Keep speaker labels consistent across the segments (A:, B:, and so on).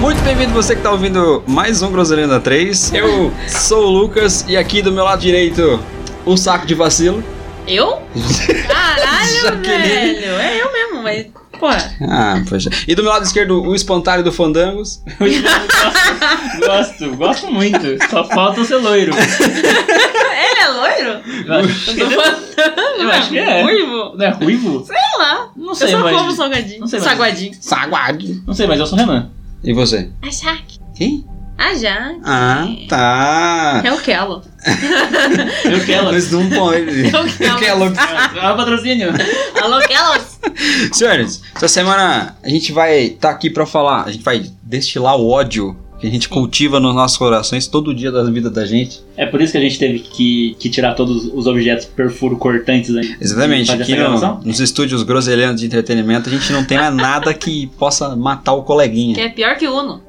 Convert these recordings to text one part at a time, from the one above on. A: Muito bem-vindo você que tá ouvindo mais um Groselina 3. Eu sou o Lucas e aqui do meu lado direito, o saco de vacilo.
B: Eu? Caralho,
A: Jaqueline.
B: velho. É eu mesmo, mas. Porra.
A: Ah, poxa. E do meu lado esquerdo, o espantalho do Fandangos.
C: Gosto, gosto muito. Só falta ser loiro.
B: Ele é loiro?
C: Eu acho que
B: Eu tô
C: ele
B: falando.
C: eu acho que é.
B: Ruivo?
C: não é ruivo?
B: Sei lá.
C: Não sei,
B: eu só
C: mas-
B: como salgadinho.
C: não sei, mas-
B: Saguadinho.
A: Saguade.
C: Não sei, mas eu sou o Renan.
A: E você?
B: A Jaque.
A: Quem?
B: A Jaque.
A: Ah,
C: Ah.
A: tá.
B: É o Kello.
C: Eu que ela.
A: Mas não pode. é
B: Eu que ela.
A: ela.
C: Ah, patrocínio.
B: Alô, Kellos.
A: Senhores, essa semana a gente vai estar aqui pra falar, a gente vai destilar o ódio que a gente cultiva nos nossos corações todo dia da vida da gente.
C: É por isso que a gente teve que, que tirar todos os objetos perfuro cortantes aí.
A: Exatamente,
C: Fazer
A: aqui
C: essa
A: no-
C: gravação?
A: nos estúdios groselhanos de entretenimento a gente não tem mais nada que possa matar o
B: Que
A: coleguinha.
B: é pior que Uno.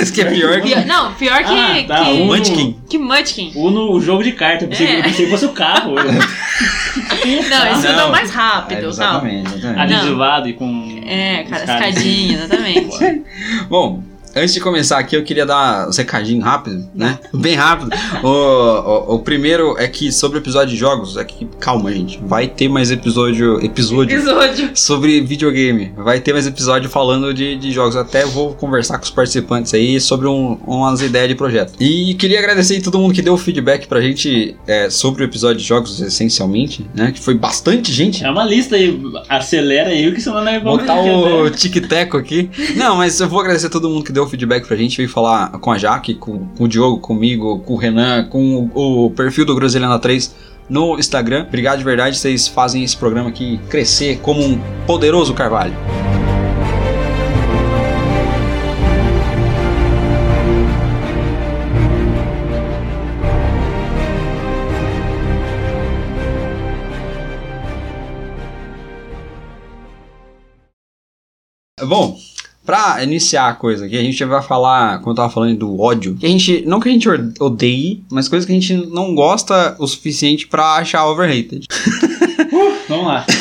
A: Isso que é pior que um
B: Pior- não, pior que.
C: Ah, tá,
B: que,
A: o
C: Uno.
A: Munchkin.
B: que Munchkin.
C: Uno, o jogo de carta. Eu pensei,
B: É.
C: eu pensei que fosse o carro.
B: Não,
C: Ah,
B: esse
A: Não.
B: Uno é o mais
A: É,
B: rápido. não.
A: exatamente, exatamente.
C: Adesivado e com.
B: É, cara,
C: escada.
B: escadinha, exatamente.
A: Bom, antes de começar aqui, eu queria dar um recadinho rápido, né? Bem rápido. O, o, o primeiro é que sobre o episódio de jogos, é que, calma, gente, vai ter mais episódio. Episódio.
B: Episódio.
A: sobre videogame. Vai ter mais episódio falando de, de jogos. Até vou conversar com os participantes aí sobre um- umas ideias de projeto. E queria agradecer aí todo mundo que deu feedback pra gente é, sobre o episódio de jogos, essencialmente, né? Que foi bastante gente.
C: É uma lista aí. Acelera aí, que senão não é bom.
A: Botar o tic-teco aqui. Não, mas eu vou agradecer todo mundo que deu feedback pra gente. Veio falar com a Jaque, com, com o Diogo, comigo, com o Renan, com o, o perfil do Groselhana 3 no Instagram. Obrigado de verdade, vocês fazem esse programa aqui crescer como um poderoso carvalho. Bom, pra iniciar a coisa aqui, a gente vai falar, como eu tava falando, do ódio. Que a gente, não que a gente or- odeie, mas coisa que a gente não gosta o suficiente pra achar overrated.
C: Vamos lá.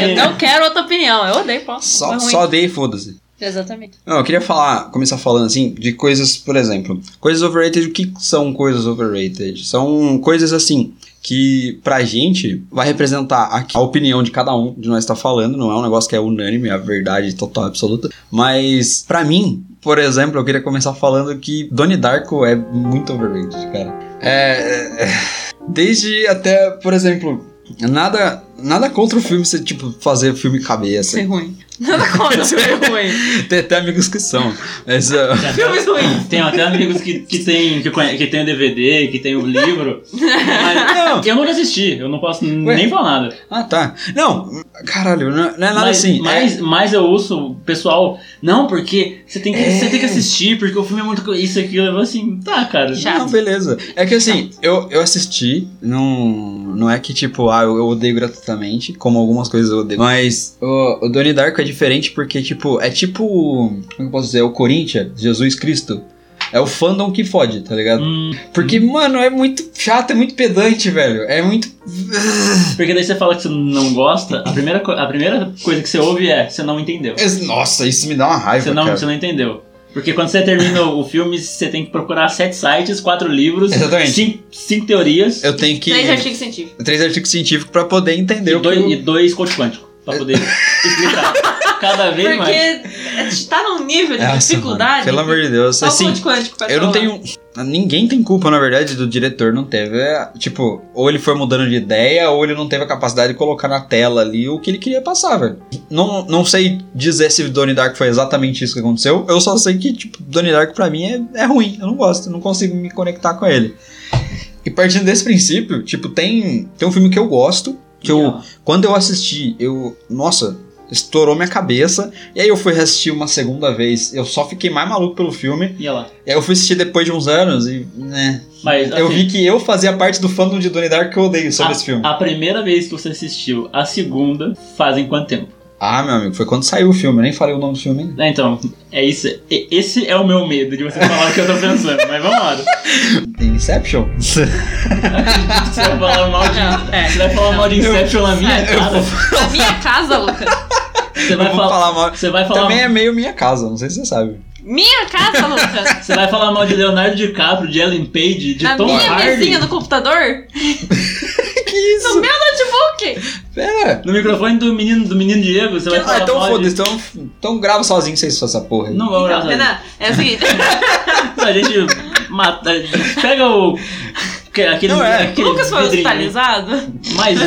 B: Eu não quero outra opinião. Eu odeio, pô. Foi
A: Só,
B: ruim.
A: só odeia e foda-se.
B: Exatamente.
A: Não, eu queria falar, começar falando assim, de coisas, por exemplo, coisas overrated, o que são coisas overrated? São coisas assim, que pra gente vai representar a, a opinião de cada um de nós tá falando, não é um negócio que é unânime, é a verdade total, absoluta, mas pra mim, por exemplo, eu queria começar falando que Donnie Darko é muito overrated, cara. É, é, desde até, por exemplo, nada, nada contra o filme, você, tipo, fazer filme cabeça,
B: Foi ruim. Nada contra, foi
C: É,
B: ruim.
A: tem até amigos que são, mas... ah,
C: tá.
B: Filmes ruins.
C: Tem até amigos que, que, tem, que, conhe- que tem o DVD, que tem o livro. Mas
A: Não.
C: eu nunca assisti, eu não posso n-
A: Ué.
C: nem falar nada.
A: Ah, tá. Não, caralho, não, não é nada
C: mas,
A: assim.
C: mas, mas eu ouço o pessoal, não, porque você tem, que,
A: É.
C: você tem que assistir, porque o filme é muito. co- Isso e aquilo. Eu vou assim, tá, cara.
A: É, não, beleza. É que assim, eu, eu assisti, não, não é que tipo, ah, eu, eu odeio gratuitamente, como algumas coisas eu odeio. Mas o, o Donnie Darko é diferente porque, tipo, é tipo, como que eu posso dizer, é o Corinthians, Jesus Cristo. É o fandom que fode, tá ligado?
C: Hum,
A: Porque, mano, é muito chato, é muito pedante, velho. É muito.
C: porque daí você fala que você não gosta, a primeira, co- a primeira coisa que você ouve é você não entendeu.
A: Nossa, isso me dá uma raiva.
C: Você não,
A: cara.
C: você não entendeu. Porque quando você termina o filme, você tem que procurar sete sites, quatro livros,
A: Exatamente.
C: cinco, cinco teorias
A: Eu tenho que.
B: Três
C: é.
B: artigos científicos.
A: Três artigos científicos pra poder entender
C: e
A: o que. eu-
C: dois, e dois coach quântico pra poder explicar. Cada vez
B: Porque
C: mais.
B: é- tá num nível de
A: Nossa,
B: dificuldade.
A: mano, pelo amor de Deus.
B: Só o
A: Assim,
B: ponte quântico pra
A: Eu não
B: falar.
A: tenho. Ninguém tem culpa, na verdade, do diretor não teve. é, Tipo, ou ele foi mudando de ideia, ou ele não teve a capacidade de colocar na tela ali o que ele queria passar, velho. Não, não sei dizer se Donnie Dark foi exatamente isso que aconteceu. Eu só sei que, tipo, Donnie Dark pra mim é, é ruim. Eu não gosto, eu não consigo me conectar com ele. E partindo desse princípio, tipo, tem, tem um filme que eu gosto, que eu, quando eu assisti, eu. Nossa, estourou minha cabeça. E aí eu fui assistir uma segunda vez. Eu só fiquei mais maluco pelo filme.
C: E olha lá.
A: E aí eu fui assistir depois de uns anos e, né,
C: Mas,
A: eu
C: assim,
A: vi que eu fazia parte do fandom de Donnie Dark que eu odeio sobre
C: a,
A: esse filme.
C: A primeira vez que você assistiu, a segunda, fazem quanto tempo?
A: Ah, meu amigo, foi quando saiu o filme, eu nem falei o nome do filme ainda.
C: Né, Então, é isso. e- Esse é o meu medo de você falar o que eu tô pensando. Mas vamos lá.
A: Tem Inception?
C: Você vai falar mal de.
B: Não, é.
C: Você vai falar mal de Inception na minha
B: Eu-
C: cara.
B: Na minha casa, Lucas.
C: Você
A: Eu
C: vai
A: vou
C: falar.
A: falar é mal.
C: Você vai falar.
A: Também é meio minha casa, não sei se você sabe.
B: Minha casa, Lucas.
C: Você vai falar mal de Leonardo DiCaprio, de Ellen Page, de
B: Na
C: Tom
B: minha
C: Hardy,
B: mesinha do computador?
A: Que é isso?
B: No meu notebook?
A: Pera.
C: no microfone do menino, do menino Diego, você vai
A: É. Ah,
C: falar
A: então
C: mal
A: foda-se.
C: de...
A: Então, então grava sozinho vocês fazem essa porra. aí.
C: Não vou
B: Então,
C: gravar.
B: Renan, é o seguinte.
C: A gente mata, a gente pega o... que- Aquele,
A: Não é.
C: aquele
B: Lucas foi
C: vidrinho.
B: hospitalizado?
C: Mais um.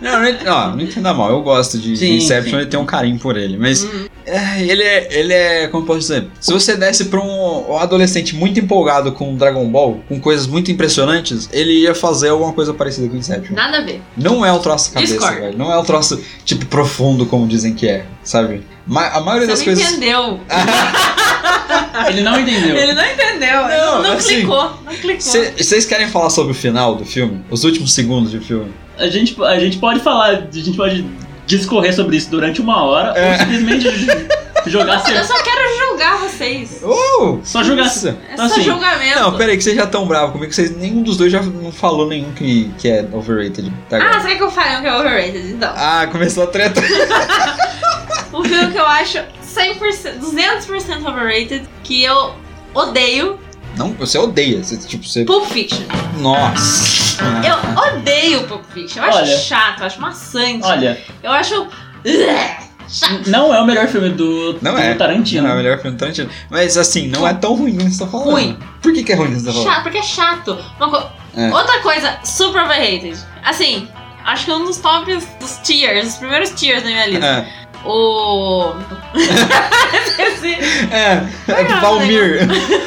A: Não, não, ent- ó, não entenda mal. Eu gosto de, de
C: Sim,
A: Inception
C: sim.
A: e tenho um carinho por ele. Mas
B: Uhum.
A: é, ele, é, ele é, como posso dizer? Se você desse pra um, um adolescente muito empolgado com Dragon Ball, com coisas muito impressionantes, ele ia fazer alguma coisa parecida com Inception.
B: Nada a ver.
A: Não é o troço cabeça,
B: Discord.
A: velho. Não é o troço, tipo, profundo, como dizem que é, sabe? Ma- a maioria das
B: Você não
A: coisas.
B: entendeu.
C: Ele não entendeu.
B: Ele não entendeu. ele
A: Não,
B: Não, não
A: assim,
B: clicou. Não clicou.
A: Vocês querem falar sobre o final do filme? Os últimos segundos do filme?
C: A gente, a gente pode falar, a gente pode discorrer sobre isso durante uma hora
A: É.
C: ou simplesmente j- jogar
B: Não, eu
C: ser,
B: só quero julgar vocês.
A: Oh!
C: só jogar
A: isso.
B: É um
C: Então,
B: só
C: assim,
B: julgamento.
A: Não, peraí, que vocês já estão bravos comigo, que vocês, nenhum dos dois já não falou nenhum que, que é overrated. Tá
B: Ah,
A: agora.
B: sabe o que eu falei que é overrated, então?
A: ah, começou a treta.
B: O filme que eu acho 100%, 200% overrated, que eu odeio,
A: Não, você odeia. Você, tipo, você.
B: Pulp Fiction.
A: Nossa!
B: Eu odeio Pulp Fiction. Eu acho
C: Olha.
B: chato, eu acho maçante.
C: Olha,
B: Eu acho...
C: n- não é o melhor filme do,
A: Não
C: do
A: é.
C: Tarantino.
A: Não é o melhor filme do Tarantino. Mas assim, não é tão ruim como você tá falando.
B: Ruim.
A: Por que, que é ruim como você tá falando?
B: Chato, porque é chato. Uma co-
A: É.
B: Outra coisa super overrated. Assim, acho que é um dos tops dos tiers, dos primeiros tiers da minha lista.
A: É,
B: O... Esse...
A: é, é
B: Ah,
A: Valmir.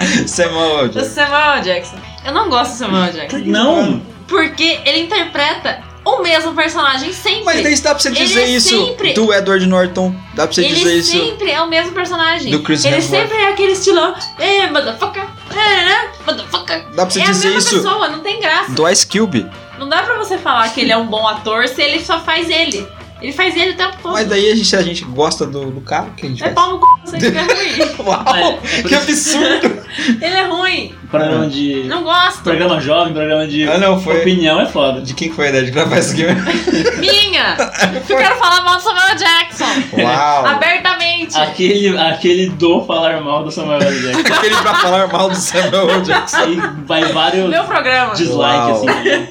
A: é Samuel
B: O
A: L.
B: Samuel Jackson. Eu não gosto do Samuel
A: é.
B: Jackson.
C: Não,
B: Porque ele interpreta o mesmo personagem sempre.
A: Mas daí dá pra você
B: Ele
A: dizer isso
B: sempre-
A: do Edward Norton. Dá pra você dizer
B: ele
A: isso.
B: sempre é o mesmo personagem.
A: Do Chris
B: ele
A: Hemsworth.
B: sempre é aquele estilão. É, motherfucker. É, né? Motherfucker.
A: Dá pra você
B: é a
A: dizer
B: mesma
A: isso
B: pessoa, não tem graça.
A: do Ice Cube.
B: Não dá pra você falar que ele é um bom ator se ele só faz ele. Ele faz ele o tempo todo.
A: Mas daí a gente, a gente gosta do, do cara que a gente
B: É
A: faz.
B: pau no c... você fica ruim.
A: Uau!
C: É, é por
A: que
C: isso-
A: absurdo!
B: Ele é ruim.
C: programa de.
B: Não gosto.
C: Programa jovem, programa de
A: ah, não, foi.
C: opinião é foda.
A: De quem foi a ideia de gravar isso aqui?
B: Minha. Ficaram falando mal do Samuel Jackson.
A: Uau!
B: Abertamente.
A: Ah,
C: Aquele, aquele do falar mal do Samuel L. Jackson.
A: Aquele pra falar mal do Samuel L. Jackson.
C: Aí vai vários
B: Meu programa.
C: dislikes,
A: Uau.
C: assim.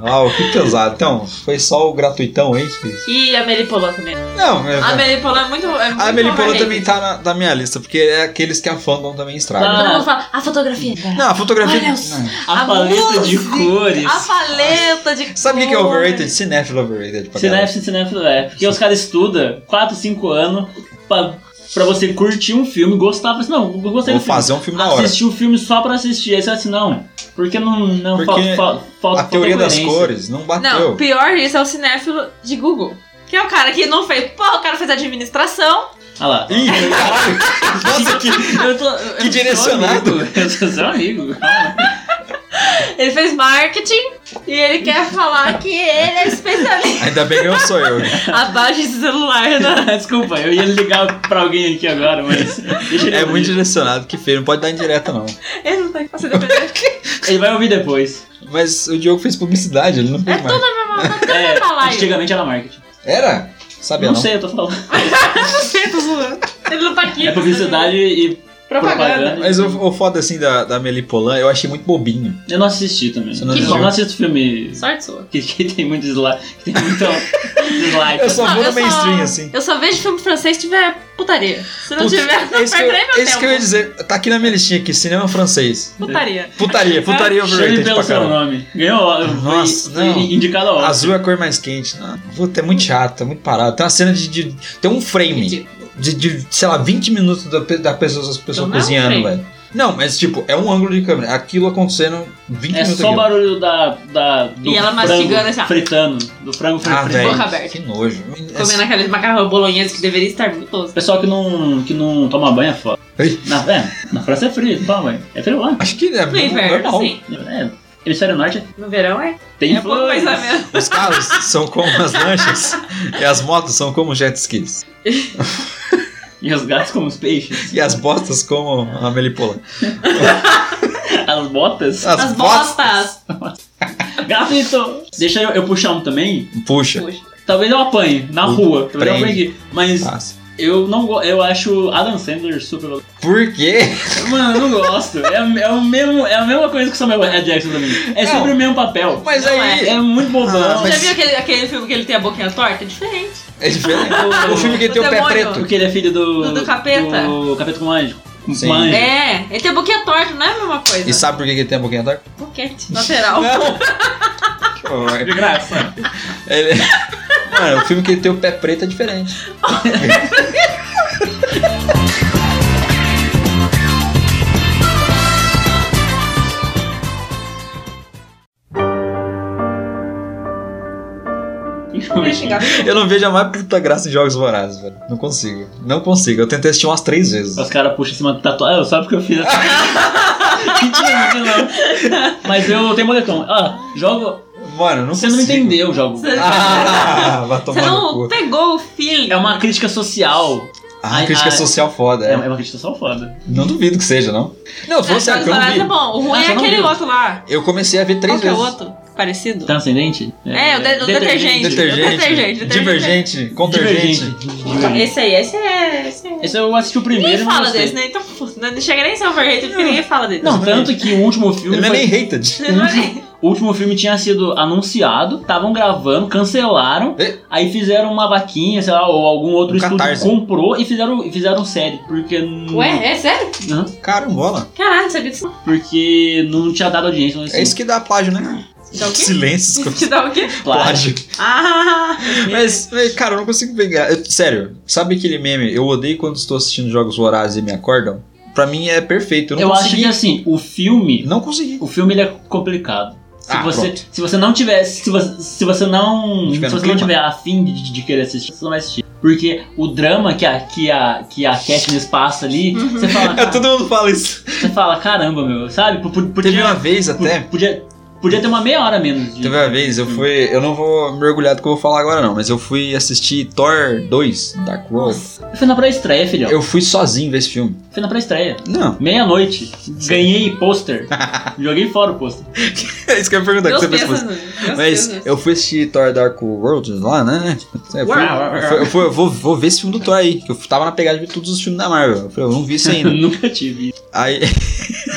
A: Uau, que pesado. Então, foi só o gratuitão, hein? Cris?
B: E a Melipolã também.
A: Não, é.
B: A Melipolã é muito. É muito
A: A Amelie Polan
B: overrated.
A: também tá na, na minha lista, porque é aqueles que a fandom também estraga.
C: Tá.
B: Todo mundo fala, a fotografia. é cara.
A: Não, a fotografia.
B: Ah. Olha
A: Não.
C: A,
B: A
C: paleta de
B: música,
C: cores.
B: A paleta de
A: Sabe o que que é
B: cores.
A: overrated? Cinéfilo é overrated pra galera.
C: Cinéfilo, cinéfilo é. Porque os caras estudam 4, 5 anos pra, pra você curtir um filme, gostar. Fala assim, não, eu gostei
A: Vou
C: do filme.
A: fazer um filme na hora.
C: Assistir o filme só pra assistir. Aí você fala assim, não. Porque não, não
A: Porque
C: fa- fa- falta
A: A teoria
C: falta
A: das
C: coerência.
A: cores não
B: Não,
A: bateu.
B: pior isso é o cinéfilo de Google. Que é o cara que não fez. Pô, o cara fez administração.
C: Olha Ah lá.
A: Ih, caralho! Nossa, que.
C: Eu tô, eu- eu
A: Que
C: sou
A: direcionado.
C: amigo, Eu sou seu é um amigo. calma.
B: Ele fez marketing e ele quer falar que ele é especialista.
A: Ainda bem que não sou eu.
B: Abaixa esse celular, né? Renan.
C: Desculpa, eu ia ligar pra alguém aqui agora, mas. deixa ele
A: É
C: ouvir.
A: muito direcionado, que feio, não pode dar indireta, não.
B: Ele não tá aqui pra ser dependente.
C: Ele vai ouvir depois.
A: Mas o Diogo fez publicidade, ele não fez
B: É
A: mais.
B: tudo a mesma tá tudo a
C: É,
B: mesma live.
C: antigamente era marketing.
A: Era? Sabia
C: não,
A: não.
C: sei, eu tô falando.
B: Ele não tá aqui.
C: É publicidade e
B: Propaganda.
C: propaganda.
A: Mas o, o foda assim da, da Amélie Polan, eu achei muito bobinho.
C: Eu não assisti também.
A: Você não
C: eu
A: assistiu?
C: não assisto filme
B: Sorte sua.
C: que, que tem muito dislike. Que tem muito dislike.
A: Eu só
B: Não,
A: vou no
B: eu só-
A: mainstream, assim.
B: Eu só vejo filme francês se tiver putaria. Se não
A: Putz,
B: tiver, não
A: esse que,
B: perderei meu
A: eu, esse
B: tempo.
A: que eu ia É dizer, tá aqui na minha listinha aqui, cinema francês.
B: Putaria. Ah,
A: Putaria, putaria
C: Chame
A: overrated
C: pelo
A: pra
C: seu
A: caramba.
C: nome. Ganhou. foi-
A: Nossa,
C: foi
A: não.
C: indicado ao Oscar.
A: Azul é a cor mais quente. Não, puta, é muito chato, é muito parado. Tem uma cena de. de- tem um frame de, de, sei lá, 20 minutos da, pe- da pessoa, das pessoas
B: Então não é um
A: cozinhando,
B: frame.
A: velho. Não, mas tipo, é um ângulo de câmera. Aquilo acontecendo 20
C: É
A: minutos
C: só o
A: aqui.
C: barulho da, da, do
B: E ela
C: frango
B: mastigando assim, ó.
C: fritando. Do frango fri-
A: Ah,
C: fritando.
A: velho.
B: Boca aberta.
A: Que nojo.
B: Comendo aqueles macarrão bolonhesa que deveria estar gostoso.
C: O pessoal que não, que não toma banho é foda.
A: Ei.
C: Na, é, na França é frio, não toma banho. É frio lá.
A: Acho que é
B: No inverno,
A: normal.
B: sim.
C: É, hemisfério norte
B: No verão é.
C: tem
B: é pouco
C: flores.
B: mais a menos.
A: Os carros são como as lanchas e as motos são como jet skis.
C: E os gatos como os peixes.
A: E as bostas como a melipola.
C: As botas.
A: As,
B: As bostas.
C: Gatito! então, Deixa eu, eu puxar um também.
A: Puxa.
B: Puxa.
C: Talvez eu apanhe na
A: Ui,
C: rua. Talvez eu
A: prende. Ah.
C: apanhe aqui. Mas
A: Fácil.
C: Eu não go- eu acho Adam Sandler super valorizado.
A: Por quê?
C: Mano, eu não gosto. É, a- é o mesmo, é a mesma coisa que o Samuel L. Jackson também. É
A: Não.
C: sempre o mesmo papel.
A: Mas
B: Não
A: aí.
C: É muito bobão.
A: Ah,
B: Você
A: mas-
B: já viu aquele, aquele filme que ele tem a boquinha torta? É diferente.
A: É diferente. O filme que
B: O
A: tem o pé
B: demônio.
A: preto.
C: Porque ele é filho do.
B: Do- do capeta.
C: Do capeta com anjo. Com
A: Sim.
C: anjo.
B: É, ele tem a boquinha torta, não é a mesma coisa.
A: E sabe por que que ele tem a boquinha torta?
B: Boquete, lateral.
A: Que horror.
C: De graça.
A: Ele- Mano, o filme que ele tem o pé preto é diferente.
B: Não vai xingar.
A: Eu não é vejo a mais puta graça em jogos vorazes, velho. Não consigo. Não consigo. Eu tentei assistir umas três vezes.
C: Os caras puxam em cima da tatuagem. Ah, sabe o que eu fiz? Mentira, não, fiz, não. Mas eu tenho moletom. Ah, jogo.
A: Mano, não
C: Você
A: consigo.
C: não entendeu o jogo.
B: Você-
A: Ah, vai
B: Você
A: tomar
B: não
A: no cu.
B: pegou o feeling.
C: É uma crítica social.
A: Ah,
C: Ai,
A: crítica
C: ai.
A: social foda.
C: É,
A: é.
C: é uma crítica social foda.
A: Não duvido que seja, não. Não,
B: Ah,
A: foi sério que eu
B: Jogos Vorazes é
A: não vi.
B: bom. O ruim
C: Ah,
B: é
C: você não
B: aquele
C: viu.
B: outro lá.
A: Eu comecei a ver
B: Qual
A: três
B: que é o
A: vezes.
B: outro? Parecido?
C: Transcendente?
B: É, o de- o detergente.
A: Detergente,
B: Detergente,
A: divergente, contergente.
C: Divergente.
B: Esse aí, esse é. Esse é...
C: Esse eu assisti o primeiro.
B: Ninguém
C: e não
B: fala
C: gostei.
B: desse, né? Então, pô, não chega nem a ser overrated porque ninguém fala dele.
C: Não, tanto que o último filme.
A: Ele não é
C: foi-
A: nem hated.
B: Você não é-
C: O último filme tinha sido anunciado, estavam gravando, cancelaram,
A: E?
C: aí fizeram uma vaquinha, sei lá, ou algum outro
A: Um
C: estúdio
A: catarse.
C: comprou e fizeram, e fizeram série, porque não,
B: Ué, é sério?
C: Hã?
A: Carambola.
B: Caralho, não sabia disso. não.
C: porque não tinha dado audiência. então, assim, Mas,
A: É isso que dá plágio, né?
B: Dá o quê?
A: Silêncios com
B: Te dá o quê?
A: plágio.
B: Ah!
A: Mas, mas, cara, eu não consigo pegar. Eu- sério, sabe aquele meme? Eu odeio quando estou assistindo jogos vorazes e me acordam? Pra mim é perfeito. Eu não
C: Eu acho
A: consegui.
C: que assim, o filme,
A: Não consegui.
C: o filme ele é complicado. Se,
A: Ah,
C: você,
A: pronto.
C: se você não tiver. Se você, se você não.
A: Tiver
C: Se
A: no
C: você não
A: clima.
C: tiver afim de, de querer assistir, você não vai assistir. Porque o drama que a, que a, que a Katniss passa ali,
B: Uhum.
C: você fala.
A: É, todo mundo fala isso.
C: Você fala, caramba, meu, sabe? P- p-
A: Teve
C: Podia,
A: uma vez até.
C: p- podia, podia ter uma meia hora menos. De...
A: Teve uma vez, eu fui. Eu não vou mergulhar do que eu vou falar agora, não, mas eu fui assistir Thor 2 Dark World.
B: Nossa.
C: Eu fui na pré-estreia, filhão.
A: Eu fui sozinho ver esse filme.
C: Eu... Fui na pré-estreia.
A: Não.
C: Meia-noite. Ganhei pôster. Joguei fora o pôster.
A: É isso que eu ia perguntar. o que
B: Deus
A: você pensa,
B: pensa. Deus
A: Mas
B: pensa.
A: eu fui assistir Thor Dark World lá, né? Eu, fui,
C: Uau, uau, uau.
A: eu fui- eu fui- eu vou, vou ver esse filme do Thor aí, que eu tava na pegada de ver todos os filmes da Marvel. Eu falei, eu não vi isso ainda.
C: Nunca tive. isso.
A: aí,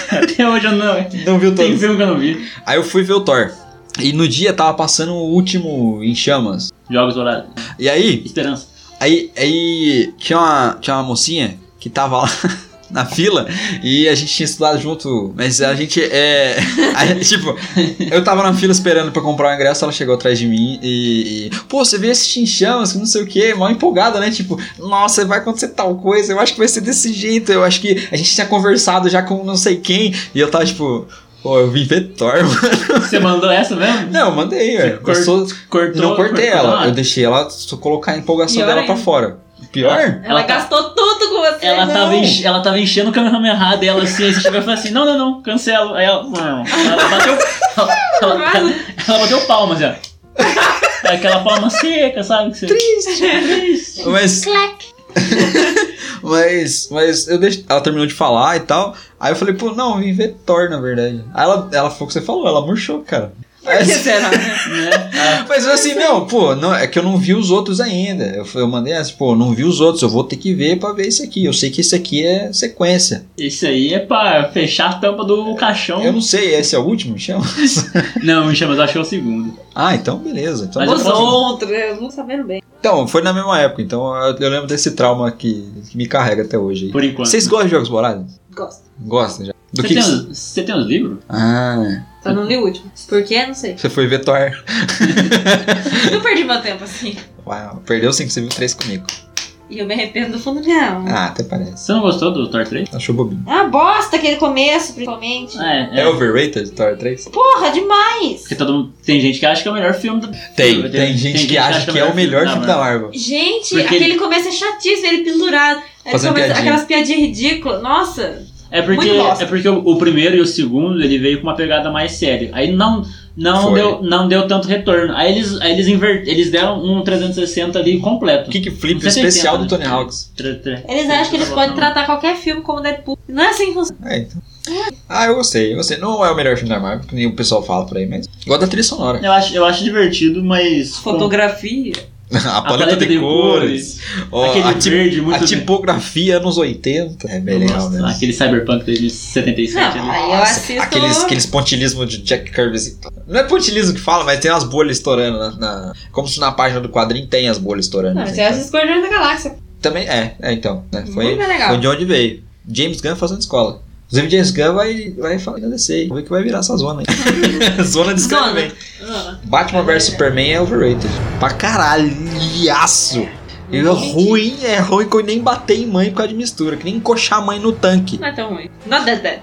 C: Até hoje eu não.
A: não viu
C: Tem
A: todos.
C: filme que eu não vi.
A: Aí eu fui ver o Thor. E no dia tava passando o último em chamas.
C: Jogos Dourados.
A: E aí,
C: Esperança.
A: aí, aí tinha, uma, tinha uma mocinha que tava lá na fila e a gente tinha estudado junto. Mas a gente é. a gente, tipo, eu tava na fila esperando pra comprar o ingresso, ela chegou atrás de mim e. e, Pô, você veio assistir em chamas, que não sei o que, mal empolgada, né? Tipo, nossa, vai acontecer tal coisa, eu acho que vai ser desse jeito, eu acho que a gente tinha conversado já com não sei quem, e eu tava tipo. Pô, eu vim ver Thor, mano.
C: Você mandou essa mesmo?
A: Não, eu mandei, velho. Eu
C: cortou-
A: sou-
C: Cortou.
A: não cortei
C: cortou Ah, na
A: ela.
C: hora.
A: Eu deixei ela só colocar a empolgação
B: Pior
A: dela pra
B: ainda.
A: fora. Pior?
B: Ela
C: ela tá-
B: gastou tudo com você. né?
C: Ela
B: Não.
C: tava, enche- ela tava enchendo o Kamehameha dela assim, aí você chegou e falou assim: não, não, não, cancela. Aí ela. Não. Ela bateu. Ela, ela- ela- ela bateu palmas já. É Aquela palma seca, sabe? Que você... Triste.
A: Mas. mas. Mas eu deixei. Ela terminou de falar e tal. Aí eu falei, pô, não, eu vim ver Thor, na verdade. Aí ela, ela foi o que você falou, ela murchou, cara.
B: Por que
A: Mas,
B: será? né?
C: Né?
A: mas eu assim, não, pô, não, é que eu não vi os outros ainda. Eu, falei- eu mandei essa, pô, eu não vi os outros, eu vou ter que ver pra ver isso aqui. Eu sei que isso aqui é sequência.
C: Isso aí é pra fechar a tampa do caixão.
A: Eu não sei, esse é o último, chama?
C: Não, me chama, eu acho que é o segundo.
A: Ah, então beleza. Então
C: Mas
A: vou
B: Os
C: eu posso-
B: outros, eu não sabendo bem.
A: Então, foi na mesma época, então eu, eu lembro desse trauma que, que me carrega até hoje. aí.
C: Por enquanto.
A: Vocês gostam de jogos vorazes?
B: Gosto.
A: Gostam já? Do
C: Você
A: que,
C: tem, um
A: que-
C: os- você tem os livros?
A: Ah,
B: Só não li o último. Por quê? Não sei.
A: você foi ver Thor.
B: Eu perdi meu tempo assim.
A: Uau, perdeu sim, você viu três comigo.
B: E eu me arrependo do fundo, não.
A: Ah, até parece.
C: Você não gostou do Thor 3?
A: Achou bobinho.
B: É uma bosta aquele começo, principalmente.
C: É,
A: É,
C: é.
A: overrated Thor 3?
B: Porra, demais!
C: Porque todo mundo, tem gente que acha que é o melhor filme do.
A: Tem, tem, gente que acha que é o melhor
C: da
A: filme da
C: Marvel.
A: Marvel.
B: Gente,
C: Porque
B: aquele
C: ele-
B: começo é chatíssimo, ele pendurado. Aí
A: Fazendo
B: começa
A: piadinha.
B: aquelas piadinhas ridículas. Nossa,
C: É porque,
B: Muito bosta.
C: é porque o, o primeiro e o segundo ele veio com uma pegada mais séria. Aí não, não,
A: Foi.
C: deu, não deu tanto retorno. Aí eles, aí eles, inver, eles deram um 360 ali completo.
A: Kick flip
C: Você tem
A: especial
C: tempo,
A: do
C: né?
A: Tony Hawks.
C: Tra- tra-
B: eles acham que eles podem tratar qualquer filme como Deadpool. Não é assim que funciona.
A: É, então. Ah, eu gostei, eu gostei. Não é o melhor filme da Marvel, que nem o pessoal fala por aí, mas. Gosto da trilha sonora.
C: Eu acho, eu acho divertido, mas. com-
B: Fotografia.
A: A, paleta, de cores. ó,
C: aquele
A: a, ti-
C: verde muito
A: a tipografia anos 80. É
C: bem.
A: melhor,
C: Nossa,
A: né?
C: Aquele cyberpunk de 77
B: Não,
C: ali.
B: Aí eu
A: Nossa,
B: assisto- um.
A: Aqueles, aqueles pontilismo de Jack Kirby. assim. Não é pontilismo que fala, mas tem umas bolhas estourando na, na- Como se na página do quadrinho tem as bolhas estourando.
B: Não,
A: assim,
B: mas eu
A: sabe?
B: assisto Guardiões da Galáxia.
A: Também é, é então. né? Foi,
B: Muito mais legal.
A: foi de onde veio. James Gunn fazendo escola. Inclusive, James Gunn vai, vai falar da DC. aí. Vamos ver que vai virar essa zona aí. zona de
B: Zona.
A: escreve.
B: Ah,
A: Batman vs Superman é overrated. Pra caralhaço. E É
B: não
A: ruim, é ruim que eu nem bater em mãe por causa de mistura, que nem encoxar a mãe no tanque.
B: Não é tão ruim. Not that bad.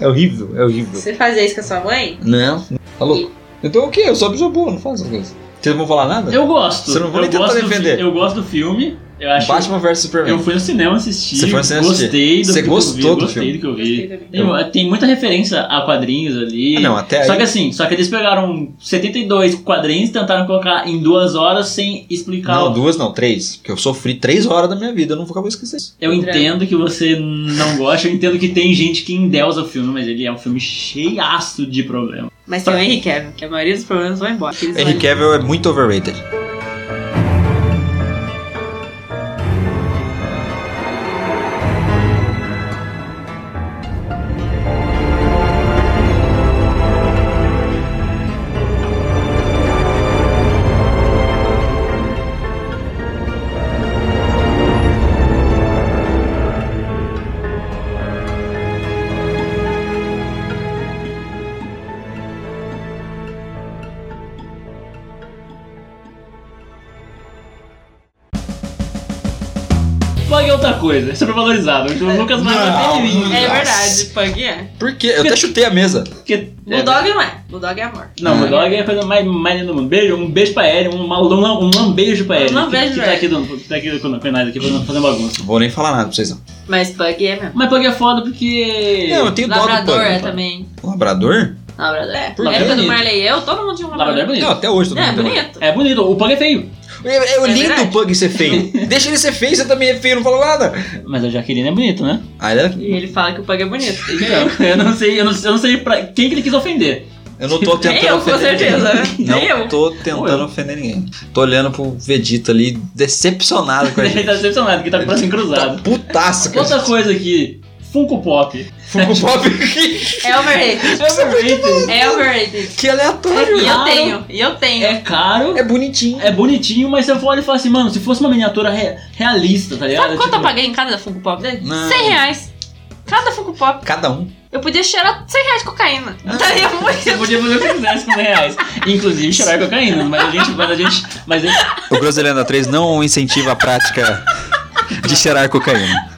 A: É horrível, é horrível.
B: Você fazia isso com a sua mãe?
A: Não, tá louco. Então o que? Eu sou bisobu, não faço essas coisas. Vocês não vão falar nada?
C: Eu gosto.
A: Você não vai
C: eu
A: nem tentar
C: gosto do
A: defender.
C: fi- Eu gosto do filme. Eu acho.
A: Batman vs Superman.
C: Eu fui no cinema assistir.
A: Você foi no cinema assistir.
C: gostei do
A: Você
C: que
A: gostou
C: eu vi,
A: do
C: gostei
A: filme?
C: do que eu vi.
B: Gostei também.
C: Tem, tem muita referência a quadrinhos ali.
A: Ah, não, até aí.
C: Só que assim, só que eles pegaram 72 quadrinhos e tentaram colocar em duas horas sem explicar.
A: Não,
C: o-
A: duas não, três. Porque eu sofri três horas da minha vida, eu não vou acabar esquecendo isso.
C: Eu entendo que você não gosta, eu entendo que tem gente que endeusa o filme, mas ele é um filme cheiaço de problema.
B: Mas tem o Henry Cavill, que a maioria dos problemas vão embora. Eles
A: Henry
B: olham-
A: Cavill é muito overrated.
C: Pug é outra coisa, é sobrevalorizado. O Lucas Mara
A: Não.
C: nem viu.
B: É verdade, Pug é.
A: Por quê? Eu até chutei a mesa.
C: Porque-
B: Bulldog
C: né?
B: não é. Bulldog é amor.
C: Não, o dog é a coisa mais, mais linda do mundo. Beijo, um beijo pra Eren, um, mal- um, lam- um lambejo pra
B: Um
C: Eren. que-
B: lambejo,
C: que, tá
B: Eren.
C: aqui, do, tá aqui com, com nós aqui fazendo, fazendo bagunça.
A: Vou nem falar nada pra vocês não.
B: Mas Pug é mesmo.
C: Mas Pug é foda porque.
A: Não, eu tenho dó do
B: Labrador
A: Pug,
B: é
A: Pug.
B: também.
A: Labrador?
B: Labrador é.
A: Por
B: Na
A: quê?
B: época do
C: Bonito.
B: Marley e eu, todo mundo tinha um
C: O Labrador é
B: labrador.
A: Não,
C: bonito.
A: até hoje todo
B: É,
A: mundo tem
B: bonito.
C: É bonito, o Pug é feio.
A: É, é
B: É
A: lindo
B: verdade.
A: o Pug ser feio. Deixa ele ser feio, você também é feio, não falou nada.
C: Mas a Jaqueline é bonita, né?
A: Ah, ele era-
B: E ele fala que o Pug é bonito.
C: Eu, eu não sei, eu não, eu não sei pra quem que ele quis ofender.
A: Eu não tô tentando
B: Nem eu, com
A: ofender
B: certeza.
A: ninguém.
B: Nem
A: Não
B: eu.
A: tô tentando
C: Ou eu.
A: ofender ninguém. Tô olhando pro Vegeta ali, decepcionado com a
C: Ele
A: gente.
C: tá decepcionado, que tá com o braço cruzado.
A: Tá putaço com a gente.
C: Outra coisa aqui, Funko Pop.
A: Funko Pop aqui.
B: É overrated.
C: É overrated.
B: É overrated.
A: Que
B: E
A: aleatório.
B: eu tenho. E eu tenho.
C: É caro,
A: É bonitinho.
C: é bonitinho, mas você olha e fala assim, mano, se fosse uma miniatura re- realista, tá ligado?
B: Sabe quanto
C: Tipo,
B: eu paguei em cada Funko Pop dele?
A: Não.
B: 100 reais. Cada Funko Pop.
A: Cada um.
B: Eu podia cheirar 100 reais de cocaína.
C: Ah.
B: Tá Eu Estaria
C: Você
B: muito.
C: podia fazer o que quisesse com 100 reais. Inclusive cheirar cocaína, mas a gente. Mas a gente. Mas a gente
A: O Groselhanda 3 não incentiva a prática de cheirar cocaína.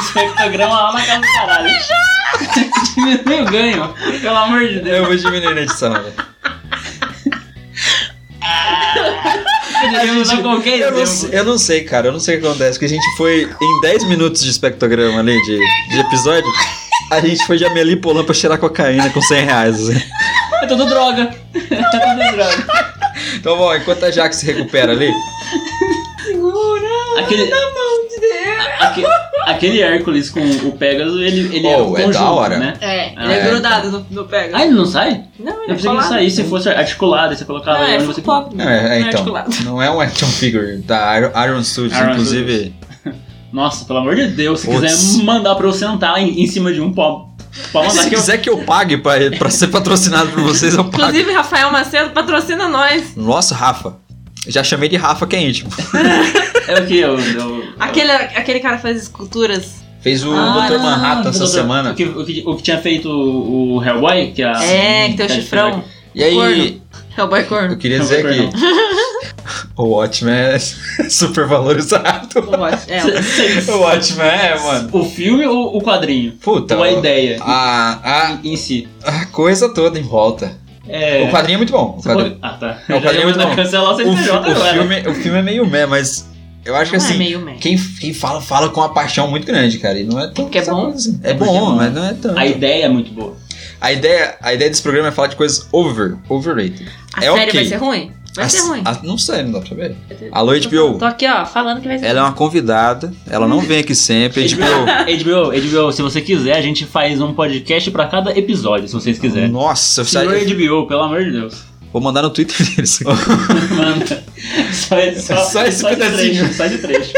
C: espectrograma lá na casa do caralho. Diminui o ganho, pelo amor de Deus.
A: Eu vou diminuir na edição, velho.
C: Poderíamos usar qualquer
A: eu, não,
C: exemplo.
A: sei- eu não sei, cara. Eu não sei o que acontece. Porque a gente foi em 10 minutos de espectrograma ali, de, de episódio. A gente foi de Amelie Polan pra cheirar cocaína com 100 reais. assim.
C: É tudo droga. É tudo droga.
A: Então, bom, enquanto a Jaque se recupera ali.
B: Segura
C: Aquele-
B: na mão de Deus.
C: Aque- Aquele Hércules com o Pegasus, ele, ele é
A: Oh,
C: um
A: é da
C: conjunto,
A: hora.
C: né?
B: É, ele
C: Ah,
B: é
A: é.
B: grudado no, no pega.
C: Ah, ele não sai?
B: não, é
C: Eu pensei que ele sair se fosse articulado, e você colocava
B: Não,
C: ele
B: é
C: onde você
B: Funko Pop.
A: Não, é, é,
B: Não
A: então.
B: articulado.
A: Não é um action figure da Iron- Iron Studios,
C: Iron
A: inclusive.
C: Nossa, pelo amor de Deus, se
A: Putz.
C: quiser mandar pra eu sentar em, em cima de um pau. Pode mandar
A: Se
C: que eu.
A: quiser que eu pague pra, pra ser patrocinado por vocês, eu pago.
B: Inclusive, Rafael Macedo patrocina nós.
A: Nossa, Rafa. Já chamei de Rafa, que é íntimo.
C: É o que? Eu, eu,
B: Aquele, aquele cara que faz esculturas.
A: Fez o
C: Ah,
A: Dr. Manhattan essa
C: doutor- O
A: semana.
C: que, o, que, o que tinha feito o o Hellboy, que a.
B: é, que tem o
C: tá de
B: chifrão.
C: frente.
A: E aí,
B: Corno. É o boy
A: eu
B: corno.
A: queria dizer
C: Não,
A: que o Watchmen é super valorizado.
B: Eu gosto. É, eu-
A: O Watchmen é, mano.
C: O filme ou o quadrinho?
A: Puta,
C: ou a ideia
A: a, a,
C: em em si.
A: a coisa toda em volta.
C: É.
A: O quadrinho é muito bom. O,
C: Você
A: quadrinho.
C: pode- Ah, tá.
A: É, o quadrinho é muito bom.
C: cancelar o
A: O fi-
C: CNPJ
A: o
C: agora.
A: filme, o filme é meio meh, mas eu acho que
B: não é
A: assim,
B: meio man.
A: quem, quem fala, fala com uma paixão muito grande, cara. E não é tão.
B: porque é
A: essa
B: bom?
A: coisa assim. É
C: É porque é
A: bom,
C: bom.
A: mas não é tanto.
C: A ideia é muito boa.
A: A ideia, a ideia desse programa é falar de coisas over, overrated.
B: A
A: é
B: série
A: ok.
B: vai ser ruim? Vai
A: As-
B: ser ruim.
A: as- não sei, não dá pra saber. Alô, HBO.
B: Tô aqui, ó, falando que vai ser
A: Ela é uma convidada, ela não vem aqui sempre. a HBO.
C: HBO, HBO, se você quiser, a gente faz um podcast pra cada episódio, se vocês quiserem.
A: Nossa, eu
C: Senhor
A: saí.
C: HBO, pelo amor de Deus.
A: Vou mandar no Twitter deles.
C: Manda. Só, só,
A: Só esse
C: de
A: pedacinho.
C: trecho, Só de trecho.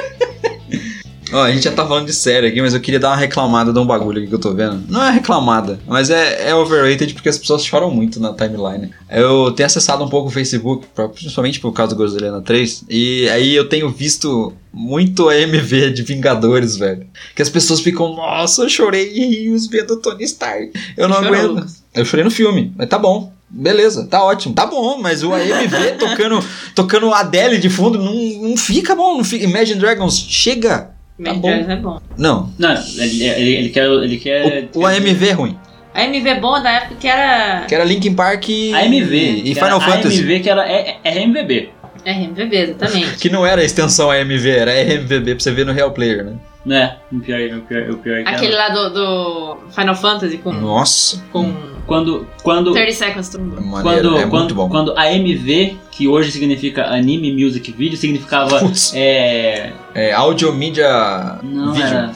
A: Ó, a gente já tá falando de série aqui, mas eu queria dar uma reclamada de um bagulho aqui que eu tô vendo. Não é reclamada, mas é, é overrated porque as pessoas choram muito na timeline. Eu tenho acessado um pouco o Facebook, pra- principalmente por causa do Godzilla 3, e aí eu tenho visto muito AMV de Vingadores, velho. Que as pessoas ficam, nossa, eu chorei rios vendo Tony Stark. Eu não Tá
C: Chorou,
A: aguento.
C: Lucas.
A: Eu chorei no filme, mas tá bom. Beleza, tá ótimo. Tá bom, mas o AMV tocando, tocando Adele de fundo não, não fica bom. Não fica. Imagine Dragons, chega!
B: Mad
A: bom.
B: Dragons é bom.
A: Não,
C: Não, ele, ele, ele quer. Ele quer tipo,
A: o, o AMV é ruim.
B: A MV é bom da época que era
A: Que era Linkin Park e,
C: AMV.
A: e
C: que era
A: Final Fantasy.
C: AMV que era é- é RMVB.
B: RMVB, exatamente.
A: Que não era a extensão AMV, era RMVB pra você ver no Real Player, né?
C: Né? O pior, o pior, o pior é que era.
B: Aquele lá do, do Final Fantasy com,
A: Hum. Nossa,
B: com
C: Quando. Quando.
B: 30 Seconds to Move.
A: maneiro,
C: Quando,
A: é
C: quando,
A: muito bom.
C: quando AMV, que hoje significa Anime Music Video, significava.
A: Putz,
C: É.
A: é, audio, mídia,
C: Não,
A: vídeo.
C: era.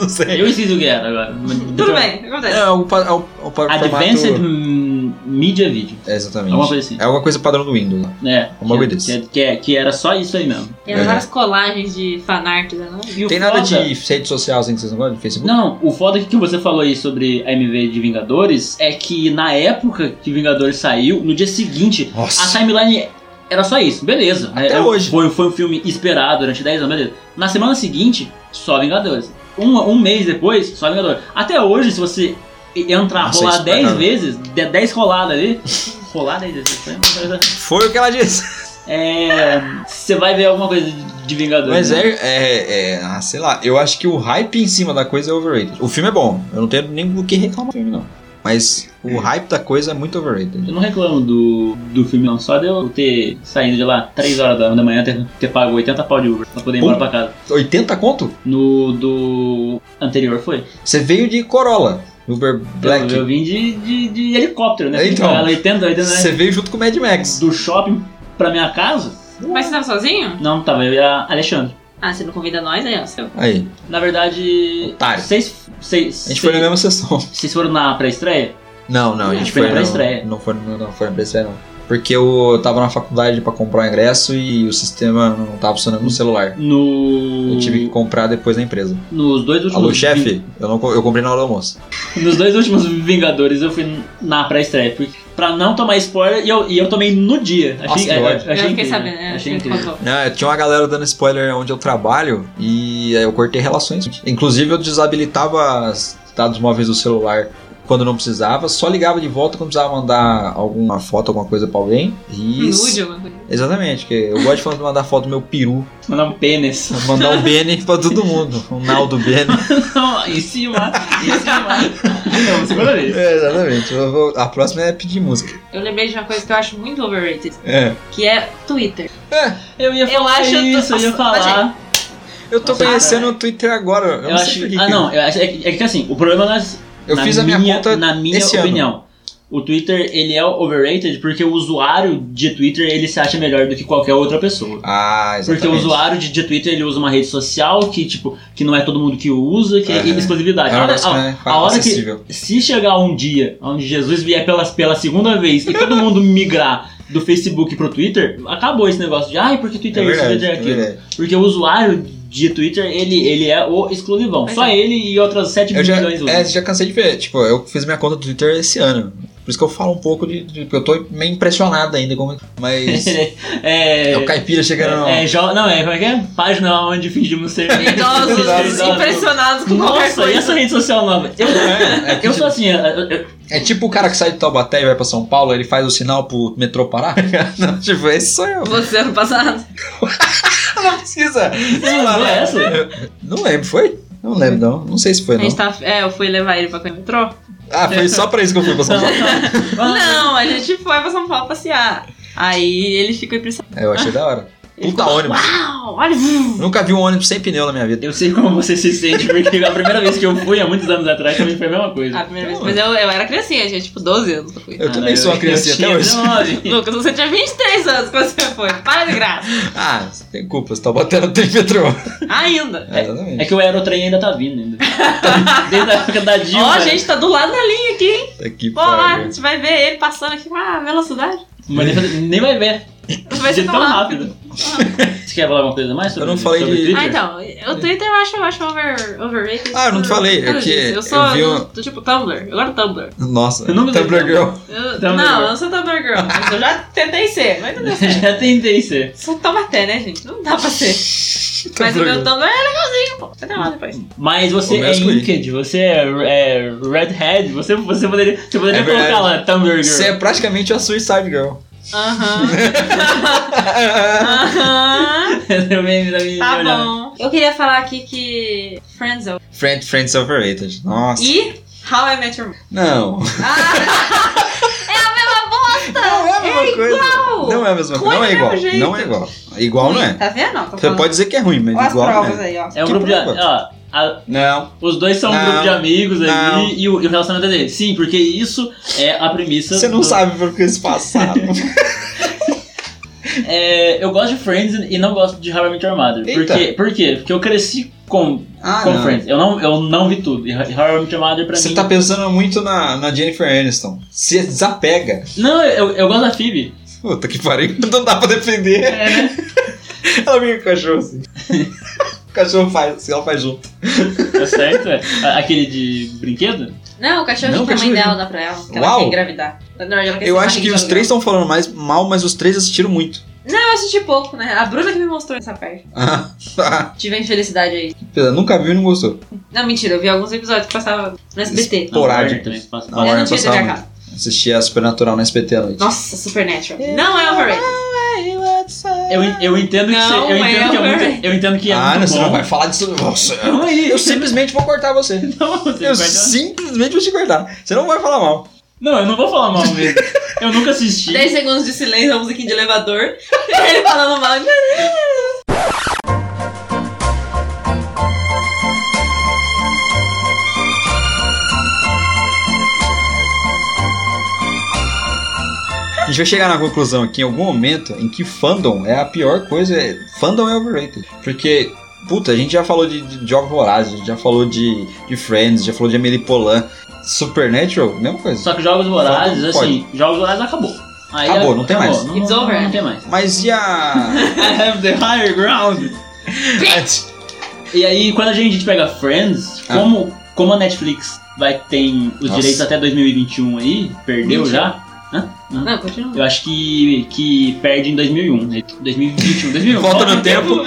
A: não sei.
C: Eu esqueci o que era agora.
B: Tudo bem, acontece.
A: É, o, pa- é o, é o pa-
C: Advanced
A: formato-
C: hum, Media Video.
A: É, exatamente.
C: Alguma coisa assim.
A: É alguma coisa padrão do Windows. né?
C: É.
A: Um bagulho
C: que-
A: desse.
C: que- que- que era só isso aí mesmo.
B: E eram
A: É.
B: várias colagens de fanart, né?
C: E o
A: Tem nada
C: foda-
A: de rede social assim que vocês não gostam? De Facebook?
C: Não, o foda é que você falou aí sobre a MV de Vingadores é que na época que Vingadores saiu, no dia seguinte,
A: Nossa.
C: a timeline era só isso, beleza.
A: Até
C: É,
A: hoje.
C: Foi, foi um filme esperado durante 10 anos, beleza. Na semana seguinte, só Vingadores. Um, um mês depois, só Vingadores. Até hoje, se você entrar,
A: Nossa,
C: rolar
A: isso é pra
C: 10
A: caramba.
C: vezes, de- 10 roladas ali, rolar 10 vezes, foi um uma coisa-
A: Foi o que ela disse.
C: é, você vai ver alguma coisa de Vingadores.
A: Mas
C: né?
A: é, é, é- ah, sei lá, eu acho que o hype em cima da coisa é overrated. O filme é bom, eu não tenho nem o que reclamar do filme, não. Mas o hype da coisa é muito overrated.
C: Eu não reclamo do, do filme não, só de eu ter saído de lá 3 horas da, da manhã, ter, ter pago 80 pau de Uber pra poder ir embora pra casa.
A: 80 conto?
C: No do anterior foi?
A: Você veio de Corolla, Uber
C: Eu,
A: Black.
C: eu vim de, de, de helicóptero, né?
A: Então.
C: Pagar 80, 80
A: Você
C: né?
A: veio junto com o Mad Max.
C: Do shopping pra minha casa?
B: Mas você tava sozinho?
C: Não, tava eu e a Alexandre.
B: Ah, você não convida nós aí, ó. Seu.
A: Aí,
C: Na verdade,
A: Otário.
C: vocês vocês-
A: a gente foi na mesma sessão.
C: vocês foram na pré-estreia?
A: Não, não, a
C: Não,
A: gente foi
C: foi na
A: não-
C: pré-estreia.
A: Não foi, não, não foi na pré-estreia, não. Porque eu tava na faculdade pra comprar o ingresso e o sistema não tava funcionando no celular.
C: No.
A: Eu tive que comprar depois na empresa.
C: Nos dois últimos.
A: Alô, chefe? Eu, não, co- eu comprei na hora do almoço.
C: Nos dois últimos Vingadores eu fui na pré-estreia, porque- pra não tomar spoiler, e eu, e eu tomei no dia. Achei,
A: Nossa, que
C: é,
A: ódio.
C: achei
B: eu fiquei
C: incrível,
B: sabendo, né?
C: Achei
B: Ele
C: incrível.
B: contou.
A: Não, tinha uma galera dando spoiler onde eu trabalho e aí eu cortei relações. Inclusive eu desabilitava os dados móveis do celular quando não precisava, só ligava de volta quando precisava mandar alguma foto, alguma coisa pra alguém.
C: Um
A: E
B: um Nude, alguma coisa.
A: Exatamente, porque eu gosto de mandar foto do meu peru,
C: Mandar um pênis.
A: mandar um Bene pra todo mundo, um Naldo Bene.
C: Não, em cima, em cima. Não, segunda vez.
A: É, exatamente, Eu vou- a próxima é pedir música.
B: Eu lembrei de uma coisa que eu acho muito overrated,
A: É.
B: que é Twitter.
C: Eu ia
B: Eu
C: falar
B: acho-
C: isso, eu ia
B: Nossa,
C: falar.
A: Eu tô
C: Nossa,
A: conhecendo o Twitter agora, eu,
C: Eu,
A: não
C: acho.
A: sei por que
C: Ah,
A: que-
C: não, eu acho, é, que- é que assim, o problema nas,
A: Eu
C: na
A: fiz a minha, conta
C: na minha
A: esse ano.
C: opinião. O Twitter, ele é overrated porque o usuário de Twitter, ele se acha melhor do que qualquer outra pessoa.
A: Ah, exatamente.
C: Porque o usuário de, de Twitter ele usa uma rede social que, tipo, que não é todo mundo que usa, que é
A: Aham.
C: exclusividade.
A: É um
C: Olha,
A: negócio que
C: ó,
A: não é
C: a hora que-
A: acessível.
C: se chegar um dia onde Jesus vier pela, pela segunda vez e todo mundo migrar do Facebook pro Twitter, acabou esse negócio de ai, porque Twitter é isso, Twitter é aquilo.
A: verdade.
C: porque o usuário de Twitter, ele, ele é o exclusivão.
B: Mas
C: Só
B: é.
C: ele e outras 7
A: Eu já,
C: milhões
A: é,
C: usam.
A: já cansei de ver. Tipo, eu fiz minha conta do Twitter esse ano. Por isso que eu falo um pouco de. de- porque eu tô meio impressionado ainda. Como, mas. é
C: É,
A: o caipira chegando. no-
C: é, jo- não, é como é que é? Página onde fingimos ser
B: Idosos
A: Idosos.
B: impressionados com qualquer
C: Nossa, e
B: coisa.
C: essa rede social nova? Eu,
A: É, é que
C: eu
A: tipo-
C: sou assim, eu- eu-
A: é tipo o cara que sai de Taubaté e vai pra São Paulo, ele faz o sinal pro metrô parar. Não, tipo, esse sou eu.
B: Você ano passado.
A: Não precisa.
C: Você mandou essa?
A: Não lembro, foi? Não lembro, não. Não sei se foi,
B: A
A: não.
B: gente tá, é, eu fui levar ele pra quando entrou.
A: Ah, foi só pra isso que eu fui pra São Paulo.
C: Ah,
B: Não, a gente foi pra São Paulo passear. Aí ele ficou impressionado.
A: É, Eu achei da hora.
B: Ele
A: Puta
B: ficou,
A: ônibus.
B: Uau, olha. vum.
A: Nunca vi um ônibus sem pneu na minha vida.
C: Eu sei como você se sente, porque a primeira vez que eu fui, há muitos anos atrás, também foi a mesma coisa.
B: A primeira vez. Mas eu, eu era criancinha, gente, tipo 12 anos que eu fui.
A: Eu
C: Ah,
A: também sou uma criança
C: tinha
A: até hoje.
C: 19.
B: Lucas, você tinha 23 anos quando você foi. Para de graça.
A: Ah, você tem culpa, você tá batendo 30 metrô.
B: Ainda.
A: É, exatamente.
C: É que o aerotrem ainda tá vindo. Ainda. Desde a época da Dilma.
B: Ó, a gente tá do lado da linha aqui, hein?
A: Tá aqui,
B: Pô, lá, a
A: pariu.
B: gente vai ver ele passando aqui com a velocidade.
C: Mas nem- nem vai ver.
B: Vai ser
C: de
B: tão
C: tão rápido. Você quer falar alguma coisa mais sobre
A: Eu não falei
C: sobre
A: de-
C: Twitter?
B: Ah, então, o Twitter eu acho, eu acho over, overrated.
A: Ah, eu não te falei,
B: por causa
A: é que
B: disso.
A: eu
B: Eu sou
A: vi
B: do,
A: um-
B: do tipo Tumblr, eu gosto do Tumblr.
A: Nossa, tá
C: Eu não me lembro.
A: Tumblr Girl.
B: Eu-
C: Tumblr.
B: Não, eu não sou Tumblr Girl, mas eu já tentei ser, mas não deu certo.
C: Já tentei ser.
B: Sou Taubaté, né, gente? Não dá pra ser.
A: Tá
B: Mas o meu Tumblr é legalzinho, pô. Você tem lá depois.
C: Mas
A: O
C: você
A: meu
C: é
A: excluí.
C: Inked, você é, é redhead, você, você poderia, você poderia
A: É verdade.
C: colocar lá Tumblr Girl.
A: Você é praticamente a Suicide Girl.
B: Aham. Aham.
C: Eu me- eu me
B: Tá
C: olhava.
B: bom. Eu queria falar aqui que. Friendzone.
A: Friend, Friends Overrated. Nossa.
B: E How I Met Your Mother.
A: Não.
B: Ah, é a mesma bosta!
A: Não é a mesma coisa. Não é
B: Igual.
A: a mesma coisa. Não é
B: do
A: igual.
B: mesmo jeito.
A: Não é igual. Igual não é.
B: Tá vendo? Não, tô
A: Você
B: falando.
A: pode dizer que é ruim, mas
B: Olha as
A: igual não
B: provas
A: é.
B: aí, ó.
C: É um
A: Que
C: grupo de.
A: prova?
C: Ó, a-
A: Não.
C: os dois são um
A: Não.
C: grupo de amigos
A: Não.
C: ali e o, e o relacionamento é dele. Sim, porque isso é a premissa.
A: Você não
C: do-
A: sabe por que eles passaram.
C: É, eu gosto de Friends e não gosto de How I Met Your Mother. Por
A: Eita.
C: quê? Por quê? Porque eu cresci com,
A: Ah,
C: com
A: não.
C: Friends. Eu não, eu não vi tudo. E How I Met Your Mother pra
A: Você
C: mim.
A: tá pensando muito na, na Jennifer Aniston. Se desapega.
C: Não, eu, eu gosto da Phoebe.
A: Puta que pariu. Não dá pra
B: É,
A: defender.
B: né?
A: Ela vem com o cachorro assim. o cachorro faz, assim, ela faz junto.
C: Tá certo? é. A- Aquele de brinquedo?
B: Não, o cachorro
A: Não,
B: que a mãe
A: cachorro.
B: dela dá pra ela. Que ela
A: Uau.
B: quer engravidar. Na verdade, ela quer
A: Eu
C: é
B: ser
A: acho que
B: barriga
A: os
B: de
A: três
B: aluguel.
A: estão falando mais mal, mas os três assistiram muito.
B: Não, eu assisti pouco, né? A Bruna que me mostrou essa parte.
A: Ah, tá.
B: Tive a infelicidade aí.
A: Pena, Nunca viu e não gostou.
B: Não, mentira, eu vi alguns episódios que passavam no SBT.
A: Não, Coragem.
C: Ah, também passa-
A: Não,
B: eu É, não
A: Warner
B: tinha
A: passava
B: TV a cabo.
A: Assisti a Supernatural no SBT à noite.
B: Nossa, Supernatural. Não é overrated.
C: Eu, en- eu entendo que
B: Não,
C: você- eu entendo que é
B: é
C: muito, eu entendo que é
A: ah,
C: muito
A: você
C: bom.
A: não vai falar disso. Nossa.
C: Não, aí,
A: Eu simplesmente vou cortar você.
C: não, você
A: Eu
C: vai dar-
A: simplesmente vou te cortar. Você não vai falar mal.
C: não, eu não vou falar mal mesmo. Eu nunca assisti.
B: 10 segundos de silêncio, a musiquinha de elevador. Ele falando mal.
A: A gente vai chegar na conclusão aqui em algum momento em que fandom é a pior coisa. é- Fandom é overrated. Porque, puta, a gente já falou de, de Jogos Vorazes, a gente já falou de, de Friends, já falou de Amelie Polan. Supernatural, mesma coisa.
C: Só que Jogos Vorazes,
A: Só que
C: assim, Jogos Vorazes acabou. Aí
A: um Acabou, não tem mais.
C: Não,
B: It's
C: não-
B: over.
C: Não tem mais.
A: Mas e a.
C: I have the higher ground. E aí, quando a gente pega Friends,
A: Ah.
C: como, como a Netflix vai ter os
A: Nossa.
C: direitos até 2021 aí, perdeu
B: Mentira.
C: já,
B: Não, continua.
C: eu acho que, que perde em 2001. né? 2021, 2021.
A: Volta no tempo.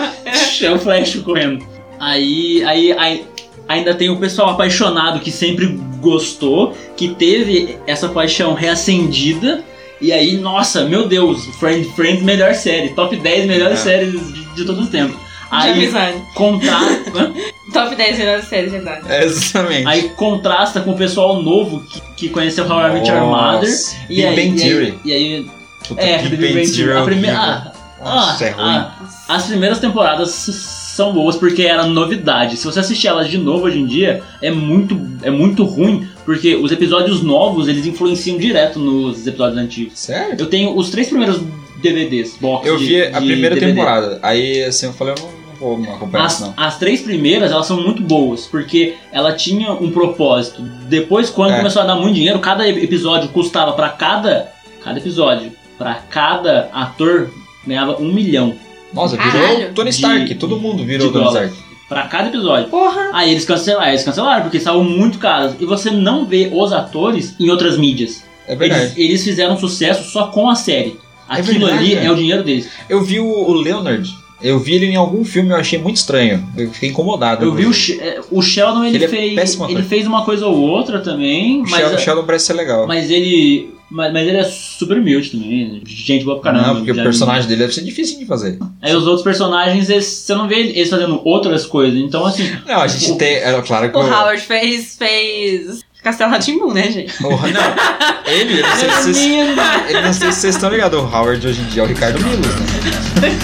C: É o Flash correndo. Aí, aí, aí ainda tem o pessoal apaixonado que sempre gostou, que teve essa paixão reacendida. E aí, nossa, meu Deus, Friend, Friends melhor série, top 10 melhores
A: É.
C: séries de, de todo o tempo.
B: De
C: Aí
B: amizade.
C: contrasta,
B: Top 10 melhores séries de amizade.
A: É, Exatamente.
C: aí contrasta com o pessoal novo que, que conheceu How I Met Your Mother.
A: Nossa.
C: E
A: Big
C: aí,
A: Bang
C: e aí-
A: Theory.
C: E aí,
A: Puta,
C: é,
A: Big
C: Big Bang Theory,
A: é
C: a primeira.
A: horrível.
C: ah,
A: Nossa,
C: ah,
A: é ruim.
C: ah, as primeiras temporadas s- são boas porque era novidade. Se você assistir elas de novo hoje em dia, é muito, é muito ruim, porque os episódios novos eles influenciam direto nos episódios antigos.
A: Sério?
C: Eu tenho os três primeiros DVDs, box
A: Eu
C: de-
A: vi a
C: de
A: primeira
C: DVD.
A: temporada. Aí assim eu falei, eu não, não vou acompanhar
C: As,
A: isso, não.
C: as três primeiras elas são muito boas, porque ela tinha um propósito. Depois, quando
A: É.
C: começou a dar muito dinheiro, cada e- episódio custava pra cada. Cada episódio, pra cada ator, ganhava um milhão.
A: Nossa, virou
B: Caralho.
A: Tony Stark,
C: De-
A: todo mundo virou
C: de
A: Tony
C: dólar.
A: Stark.
C: Pra cada episódio.
B: Porra.
C: Aí eles cancelaram, eles cancelaram, porque saiu muito caro. E você não vê os atores em outras mídias.
A: É verdade.
C: Eles, eles fizeram sucesso só com a série. Aquilo
A: verdade,
C: ali
A: né?
C: é o dinheiro deles.
A: Eu vi o, o Leonard, eu vi ele em algum filme, eu achei muito estranho. Eu fiquei incomodado.
C: Eu vi o, She- eh, o Sheldon, ele,
A: É Ele é
C: fez.
A: péssimo ator.
C: ele fez uma coisa ou outra também,
A: O
C: mas. é,
A: Sheldon, Sheldon parece ser legal.
C: Mas ele. Mas, mas ele é super humilde também. Gente boa pra caramba.
A: não, porque o
C: já-
A: personagem dele deve ser difícil de fazer.
C: Aí os outros personagens, eles- você não vê eles fazendo outras coisas. Então, assim.
A: Não, a gente tem. É, claro que
B: O
A: o,
B: Howard fez, fez Castelo Ratimbu, né, gente?
A: Porra, não. Ele, eu não sei se vocês.
C: Menino.
A: Eu não sei se vocês estão ligados. O Howard hoje em dia é o Ricardo Milos, né?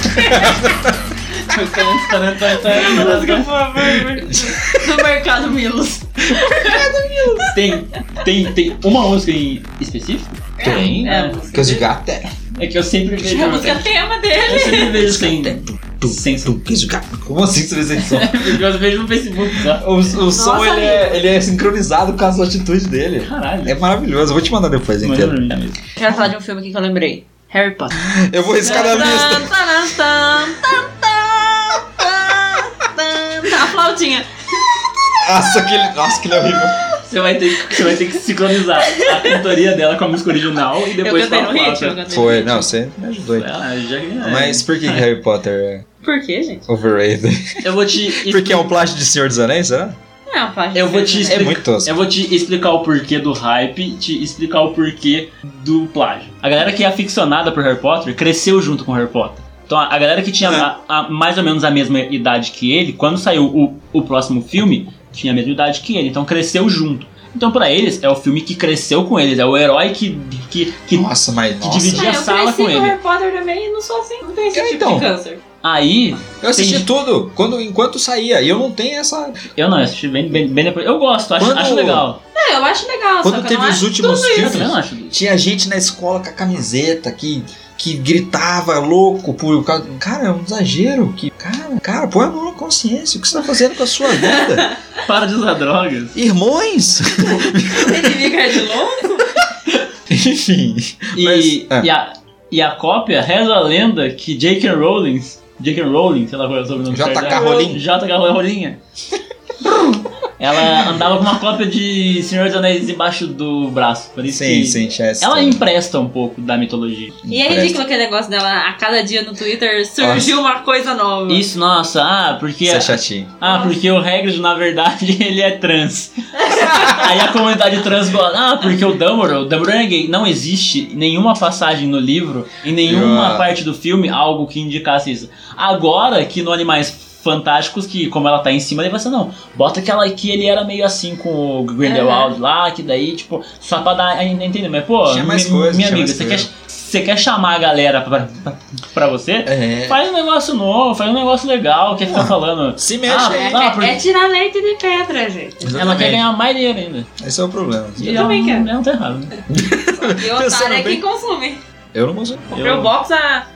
B: Música, por favor, do mercado Milos.
C: Tem, tem, tem uma música em específico?
A: Tem,
C: É, a
A: né?
C: música.
A: Que eu digo até.
C: É que eu sempre vejo.
B: É a música tema
C: Eu
B: dele.
C: sempre vejo sem. Sem som.
A: Que isso, cara? Como assim você fez esse som?
C: Eu vejo no Facebook. só.
A: O, o som ele é, ele é sincronizado com a sua atitude dele.
C: Caralho.
A: É maravilhoso, eu vou te mandar depois
C: Manda pra
A: inteiro.
C: mim mesmo.
B: Quero falar de um filme aqui que eu lembrei. Harry Potter.
A: Eu vou riscar na lista.
B: Tan, taran, tan, tan, tan, tan, tan. Tá, A flautinha.
A: Nossa, que ele, nossa, que ele é horrível.
C: Você vai, ter, que- você vai ter que sincronizar a cantoria dela com a música original e
B: Eu
C: depois
B: cantei no
C: com a
B: ritmo. eu
C: flauta.
B: cantei no
A: Foi,
B: ritmo.
A: não, você me ajudou aí.
C: Ah, já que- é.
A: Mas por que que Harry Potter
B: Por quê,
A: é
B: gente?
A: overrated?
C: Eu vou te.
A: Porque é um plástico de Senhor dos Anéis, será?
B: Não é uma página.
C: Eu vou te
A: É
C: explicar.
A: muito tosco.
C: Eu vou te explicar o porquê do hype, te explicar o porquê do plágio. A galera que é aficionada por Harry Potter cresceu junto com Harry Potter. Então a a galera que tinha
A: É.
C: a- a- mais ou menos a mesma idade que ele, quando saiu o, o próximo filme, tinha a mesma idade que ele, então cresceu junto. Então pra eles é o filme que cresceu com eles, é o herói que que, que
A: Nossa, mas nossa.
C: dividiu.
B: Ah,
C: dividia
B: eu
C: sala
B: cresci
C: com
B: com
C: ele.
B: Harry Potter também e não sou assim, não tenho esse
A: Eu,
B: tipo
A: então.
B: de câncer.
C: aí
A: Eu assisti
C: Entendi.
A: tudo quando, enquanto saía. E eu não tenho essa.
C: eu não eu assisti bem, bem, bem depois. Eu gosto, acho,
A: Quando-
C: acho legal.
B: É, eu acho legal.
A: Quando
B: só que eu
A: teve
B: não
A: os
B: acho
A: últimos
B: tudo isso.
C: Eu
A: filmes-
C: também não acho.
A: Tinha gente na escola com a camiseta que, que gritava louco por causa. Cara, é um exagero. Que, cara, cara, põe a mão na consciência. O que você tá fazendo com a sua vida?
C: Para de usar drogas.
A: Irmãos!
B: Ele fica de longo?
A: Enfim.
C: E,
A: Mas, é.
C: e, a, e a cópia reza a lenda que J.K. Rowling, J.K. Rowling, sei lá qual é o sobrenome
A: J.K.
C: certo, né?
A: Rowling.
C: J.K. Rowling. ela andava com uma cópia de Senhor dos Anéis debacho do braço. Por isso
A: Sim,
C: que
A: sim, Chester.
C: Ela empresta um pouco da mitologia.
B: E é ridículo aquele negócio dela. A cada dia no Twitter surgiu uma coisa nova.
C: Isso, nossa, ah, porque.
A: Isso é chatinho.
C: Ah, porque o Hagrid, na verdade, ele é trans. Aí a comunidade trans gosta. Ah, porque o Dumbledore, o Dumbledore é gay. Não existe nenhuma passagem no livro, em nenhuma
A: Eu-
C: parte do filme, algo que indicasse isso. Agora que no Animais Fantásticos, que como ela tá em cima, ele vai ser, não, bota aquela que ele era meio assim com o Grindelwald lá, que daí, tipo, só pra dar a entender. Mas, pô,
A: Tinha mais
C: mi-
A: coisa,
C: minha
A: tinha
C: amiga,
A: mais
C: você quer,
A: coisa.
C: você quer chamar a galera pra, pra, pra você?
A: É.
C: Faz um negócio novo, faz um negócio legal, quer ficar
A: Ah.
C: tá falando.
A: Se mexe
C: Ah,
A: aí.
B: É,
C: Ah, porque-
B: é tirar leite de pedra, gente.
C: Ela quer
A: Exatamente.
C: ganhar mais dinheiro ainda.
A: Esse é o problema.
C: E
B: Eu
C: ela
B: também
C: não-
B: quero.
C: ela Não tá errado. né?
B: E o
A: Pensando
B: otário é
A: bem.
B: quem consome.
A: Eu não consigo.
B: Comprei o
C: Eu-
B: box há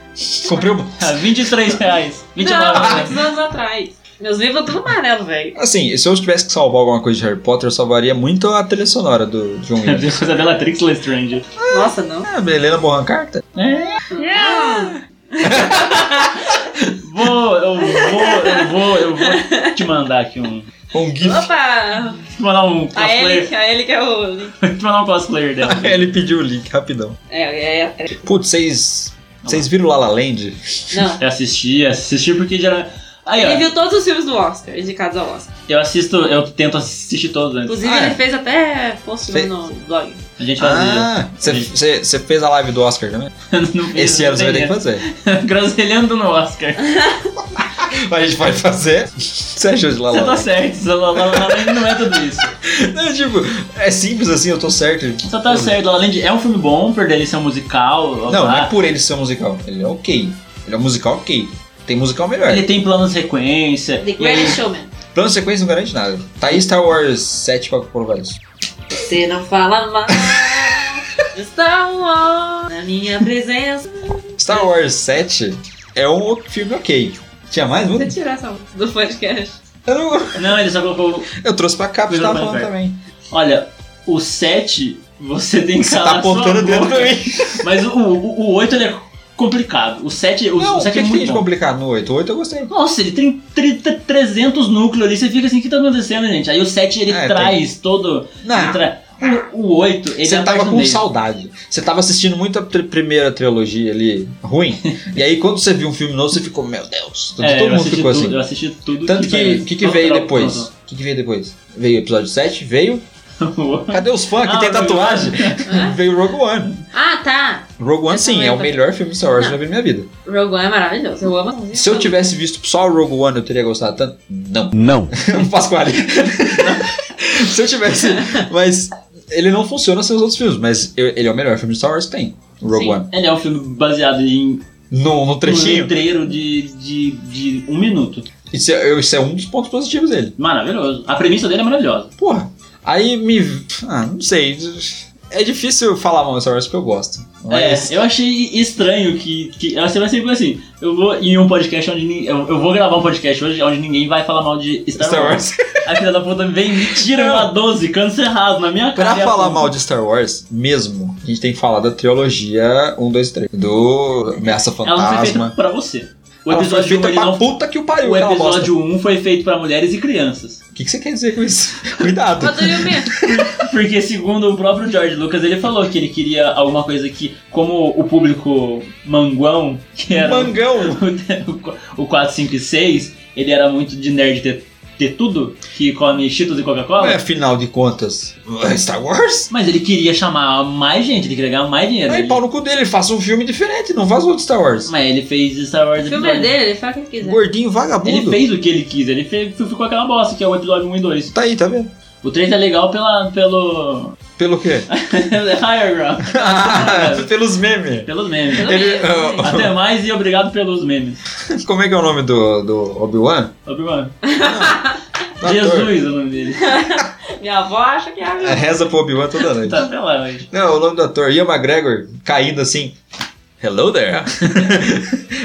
A: Comprei o.
C: Ah, 23 reais. 29
B: não,
C: reais.
B: muitos anos atrás. Meus livros tudo amarelo, velho.
A: Assim, se eu tivesse que salvar alguma coisa de Harry Potter, eu salvaria muito a trilha sonora do John Williams.
C: Deus da Bellatrix Lestrange.
B: Nossa, não.
A: Ah, Helena Bonham Carter?
C: É,
B: Yeah.
C: vou, eu vou, eu vou, eu vou te mandar aqui um.
A: Um gif.
B: Opa!
C: Te mandar um
B: A
C: cosplayer.
B: Ellie, a Ellie que Ah, é o.
C: Te mandar um cosplayer dela.
A: Ele pediu o link, rapidão.
B: É, é, é.
A: Putz, vocês... Vocês viram La La Land?
B: Não.
C: Eu assisti, assisti porque já. Aí,
B: Ele
C: ó,
B: viu todos os filmes do Oscar, indicados ao Oscar.
C: eu assisto, eu tento assistir todos antes.
B: Inclusive,
A: Ah, é.
B: ele fez até post
A: Fe-
B: no blog.
C: A gente fazia.
A: Ah, você fez a live do Oscar também?
C: Não fiz,
A: Esse ano você vai ter que
C: não
A: fazer.
C: tem- Groselhando no Oscar.
A: A gente pode fazer. Você achou de La La
C: Você tá
A: Land?
C: certo, você lá, lá, lá, lá, não é tudo isso.
A: Não, tipo, é simples assim, eu tô certo.
C: Só tá certo, além de. É um filme bom, por ele ser um musical.
A: Não,
C: lá.
A: não é por ele ser um musical. Ele é ok. Ele é um musical ok. Tem musical melhor.
C: Ele tem plano de sequência.
B: The
C: e aí-
B: Greatest Showman.
A: Plano de sequência não garante nada. Tá aí Star Wars 7 pra provar isso.
B: Você não fala mal. Está um ó na minha presença.
A: Star Wars 7 é um filme ok. Tinha mais um?
B: Você tirar essa música do podcast.
A: Eu, não-
C: Não, ele só colocou.
A: eu trouxe pra cá, porque
C: Eu
A: tava
C: não
A: falando
C: vou
A: também.
C: Olha, o 7 você tem que
A: Você
C: calar
A: tá apontando
C: sua
A: o dedo
C: boca.
A: pra mim.
C: Mas o, o, o 8 ele é complicado. O 7, o,
A: Não,
C: o
A: o que,
C: 7
A: que
C: é
A: tem
C: muito
A: de
C: bom.
A: complicado no 8? O 8 eu gostei.
C: Nossa, ele tem tre- tre- 300 núcleos ali, você fica assim, o que tá acontecendo, gente? Aí o 7 ele
A: É,
C: traz todo. ele
A: Não,
C: tra- O, o 8, ele é
A: você
C: a
A: tava
C: parte
A: com
C: dele.
A: saudade. Você tava assistindo muito a tri- primeira trilogia ali, ruim. e aí quando você viu um filme novo, você ficou, meu Deus. Todo,
C: É,
A: todo
C: eu
A: mundo
C: assisti
A: ficou
C: tudo,
A: assim.
C: Eu assisti tudo.
A: Tanto que,
C: saiu.
A: o que, que veio
C: Total,
A: depois? O que, que veio depois? Veio o episódio 7, veio.
C: total.
A: Cadê os fãs que
C: Ah,
A: tem
C: veio-
A: tatuagem? veio Rogue One.
B: Ah, tá.
A: Rogue One,
B: Eu
A: sim,
B: também
A: é o
B: tô-
A: melhor filme de Star Wars que eu
B: Não.
A: já vi na minha vida.
B: Rogue One é maravilhoso. Eu amo essa música.
A: Se eu tivesse visto só o Rogue One, eu teria gostado tanto? Não.
D: Não.
A: Pasquale. Se eu tivesse. Mas ele não funciona sem os outros filmes, mas eu- ele é o melhor filme de Star Wars que tem. Rogue
C: Sim,
A: One.
C: Ele é um filme baseado em
A: No, no
C: um
A: trechinho.
C: letreiro de, de, de um minuto.
A: Isso é, isso é um dos pontos positivos dele.
C: Maravilhoso. A premissa dele é maravilhosa.
A: Porra. Aí me. Ah, não sei. É difícil falar mal de Star Wars porque eu gosto. Mas.
C: É, eu achei estranho que, que você vai sempre assim, eu vou em um podcast onde nin- eu, eu vou gravar um podcast hoje onde ninguém vai falar mal de É, Star,
A: Star
C: Wars.
A: Wans.
C: A filha da puta vem e me tira
A: Não.
C: uma 12, câncer errado na minha cara.
A: Pra
C: e
A: falar
C: aponta.
A: mal de Star Wars, mesmo, a gente tem que falar da trilogia 1, 2, 3. Do Ameaça
C: Ela não É um foi feita
A: Fantasma.
C: pra você. O
A: Ela foi
C: episódio 1
A: feita
C: ele
A: pra
C: não
A: puta que o pariu,
C: O
A: aquela bosta.
C: episódio 1 foi feito pra mulheres e crianças.
A: O que, que você quer dizer com isso? Cuidado.
B: Poderia ver.
C: Porque, segundo o próprio George Lucas, ele falou que ele queria alguma coisa que, como o público manguão, que era o-
A: Um Mangão.
C: o 456, ele era muito de nerd ter, ter tudo, que come Cheetos e Coca-Cola.
A: É, afinal de contas, é Star Wars?
C: Mas ele queria chamar mais gente, ele queria ganhar mais dinheiro.
A: Aí
C: Ele-
A: pau no cu dele, faça um filme diferente, não faz outro Star Wars. Um
C: Mas ele fez Star Wars
B: O filme é
C: Episódio- um.
B: dele, ele faz o que quiser.
A: Gordinho,
C: Ele
A: vagabundo.
C: fez o que ele quis, ele fez, ficou aquela bosta que é o episódio 1 e 2.
A: Tá aí, tá vendo?
C: O 3 é legal pela, pelo.
A: Pelo quê?
C: Higher Ground.
A: Pelos memes.
C: Pelos memes.
B: Pelo
A: Ele-
B: menos, né?
C: Até mais e obrigado pelos memes.
A: Como é que é o nome do, do Obi-Wan?
C: Obi-Wan.
A: Do ator.
C: Jesus é o nome dele.
B: Minha avó acha que é a
A: É,
B: minha.
A: Reza pro Obi-Wan toda noite.
C: Tá até lá hoje.
A: Não, o nome do ator, Ian McGregor, caindo assim. Hello there.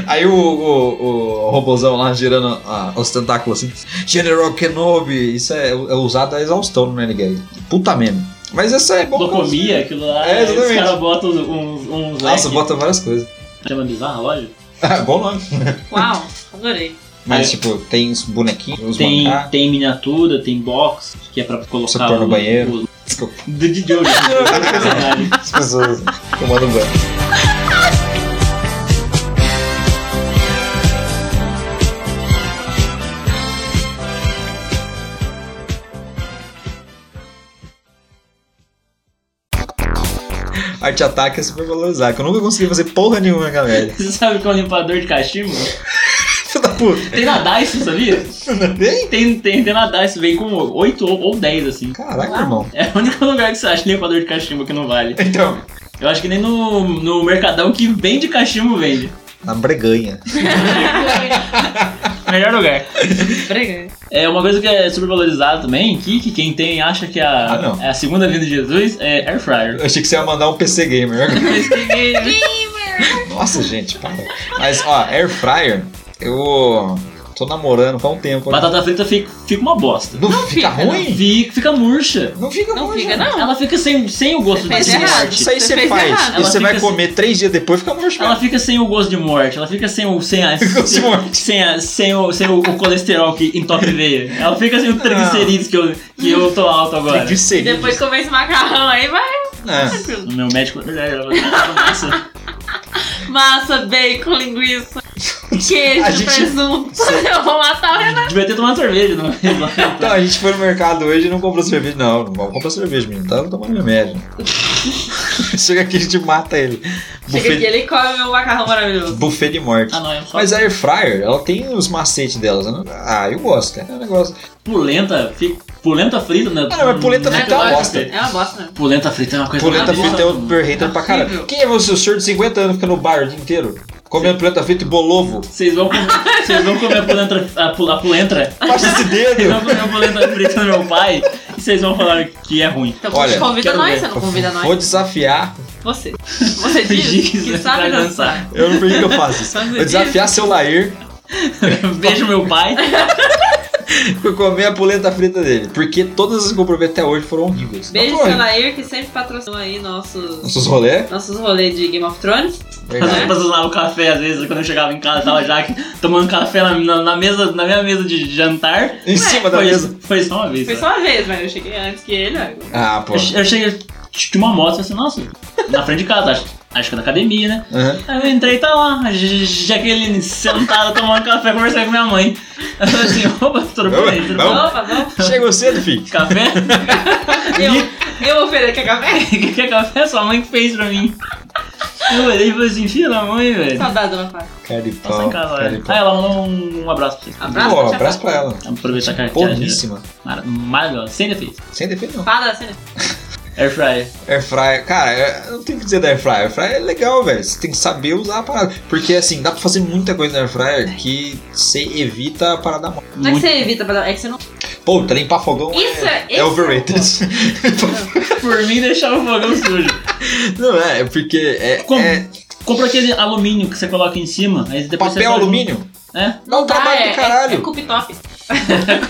A: Aí o, o, o robôzão lá girando ah, os tentáculos assim. General Kenobi. Isso é, é usado a exaustão no Renegade. Puta meme. Mas isso é bom.
C: Locomia, aquilo lá.
A: É, exatamente.
C: Os caras botam uns. uns, uns
A: Nossa,
C: leque-
A: bota várias coisas.
C: Chama bizarra, lógico.
A: Ah, bom nome.
B: Uau, adorei.
A: Mas,
C: É.
A: tipo, tem os bonequinhos, os
C: Tem,
A: macacos.
C: tem miniatura, tem box, que é pra colocar.
A: Você pôr no
C: o-
A: banheiro.
C: o-
A: Desculpa,
C: do de Jojo. personagem.
A: as pessoas tomando banho. Arte ataque é super valorizar, que eu nunca consegui fazer porra nenhuma naquela merda.
C: Você sabe que é um limpador de cachimbo?
A: Filho da puta. né?
C: Tem na DICE, sabia?
A: Vem?
C: Tem, tem, tem na DICE, vem com 8 ou, ou 10, assim.
A: Caraca, irmão.
C: É o único lugar que você acha limpador de cachimbo que não vale.
A: Então,
C: Eu acho que nem no, no mercadão que vende cachimbo vende.
A: na breganha.
C: Melhor lugar.
B: Briga.
C: É uma coisa que é super valorizada também, que, que quem tem acha que a,
A: Ah, não.
C: é a segunda vinda de Jesus é Air Fryer.
A: Eu achei que você ia mandar um PC gamer.
C: Mas que-
A: Nossa, gente, para. Mas, ó, air fryer, eu tô namorando faz um tempo. né?
C: Batata frita fica, fica uma bosta.
A: Não, fica,
B: fica,
A: ruim?
C: É, Fica, fica murcha.
A: Não, fica
B: Não
A: ruim.
B: fica,
A: gente.
B: não.
C: Ela fica é sem, sem o gosto
B: Você
C: de
B: fez errado.
C: morte.
A: Isso aí
B: Você
A: você
B: fez
A: faz.
B: errado.
A: E
C: Ela
A: você
C: fica
A: vai
C: assim-
A: comer três dias depois, fica murcho.
C: Ela fica sem o gosto de morte, ela fica sem o. sem a.
A: gosto de
C: sem,
A: morte.
C: sem, a, sem, o, sem o, o colesterol que entope veia. Ela fica sem o triglicerídeos que eu, que eu tô alto agora.
B: E
A: Triglicerídeos.
B: depois comer esse macarrão aí, vai.
A: Ah,
B: tranquilo.
C: O meu médico. Nossa.
B: Massa, bacon, linguiça,
A: A
B: queijo,
A: gente-
B: presunto. Eu vou matar o Renan.
C: Devia ter tomado cerveja, não. é?
A: Então, a gente foi no mercado hoje e não comprou cerveja. Não, não vamos comprar cerveja, menino. Tá tomando remédio. Chega aqui, a gente mata ele.
B: Chega aqui,
A: Buffet,
B: ele come meu macarrão maravilhoso.
A: buffet de morte.
C: Ah, não, é só
A: Mas a air fryer, ela tem os macetes delas. Né? Ah, eu gosto, cara. É um negócio.
C: Pulenta, fi- pulenta frita, né?
A: Ah, não, mas pulenta
C: Não
A: frita é uma
C: lógico,
A: bosta.
C: velho.
B: É uma bosta mesmo.
C: Pulenta frita é uma coisa
A: Polenta
C: maravilhosa.
A: frita é o perreita pra caralho.
B: Horrível.
A: Quem é você, o senhor de 50 anos, que fica no bar o dia inteiro? Comendo polenta frita e bolovo.
C: Vocês vão comer, vocês vão comer a pulenta, a, pu- a pulentra?
A: Baixa esse
C: Vocês vão
A: dedo.
C: comer a pulenta frita do meu pai e vocês vão falar que é ruim.
B: Então
A: Olha,
B: convida
C: quero ver.
B: nós, você não convida
A: Vou
B: nós.
A: desafiar.
B: Você. Você diz
C: Diz
A: né?
B: que
C: pra
B: sabe dançar.
A: Eu não perdi que eu faço isso.
B: Sabe
A: Vou desafiar seu Lair
C: Beijo meu pai.
A: por comer a polenta frita dele. Porque todas as que eu provei até hoje foram horríveis.
B: Beijo
A: Não foi?
B: pro Lair, que sempre patrocinou aí nossos,
A: Nossos rolê.
B: nossos rolês de Game of Thrones.
C: As
A: Verdade.
C: pessoas usavam café, às vezes, quando eu chegava em casa, tava já tomando café na, na- na mesa, na minha mesa de jantar.
A: Em cima da
C: Foi,
A: mesa.
C: foi só uma vez.
B: Foi
C: só.
B: só uma vez, mas eu cheguei antes que ele. olha.
A: Ah, pô.
C: Eu, che- eu cheguei, tinha uma moto, assim, nossa, na frente de casa, acho, acho que é na academia, né?
A: Aham.
C: Aí eu entrei e tá lá, a J- Jaqueline sentada tomando café, conversando com minha mãe. Eu falei assim, opa, tudo
A: Opa,
C: bem? Tudo
A: vamos.
C: bom?
B: Opa, vamos.
A: Chegou cedo, filho.
C: Café?
B: Eu, eu oferei que é café.
C: Que que é café? Sua mãe que fez pra mim. Eu olhei e falei assim, filha da mãe, velho. Tá
B: Saudade da minha parte.
A: Cara e pau.
C: sem casa,
A: cara e
C: velho.
A: pau.
C: Ah, ela mandou um, um abraço pra você.
B: né? Abraço,
A: Pô,
B: tchau,
A: abraço
B: tchau.
A: pra ela.
C: Aproveitar que a tia
A: Porríssima.
C: Mara- Maravilhosa, sem defeito.
A: Sem defeito, não.
B: Fala, assim, né?
C: Air fryer.
A: Airfryer, cara, eu não tenho o que dizer da Airfryer. Airfryer é legal, velho. Você tem que saber usar a parada. Porque, assim, dá pra fazer muita coisa na Airfryer que você evita a parada mole.
B: Não é que
C: Muito-
B: você evita, mas é que você não.
A: Pô, limpar fogão é-
B: Isso,
A: é,
B: isso.
A: overrated.
C: Por mim, deixava o fogão sujo.
A: não é, é porque é,
C: Como?
A: é
C: Compra aquele alumínio que você coloca em cima, aí depois você
A: papel
C: faz um-
A: alumínio.
C: É,
A: Dá um trabalho
B: é,
A: do caralho.
B: É, é cooktop.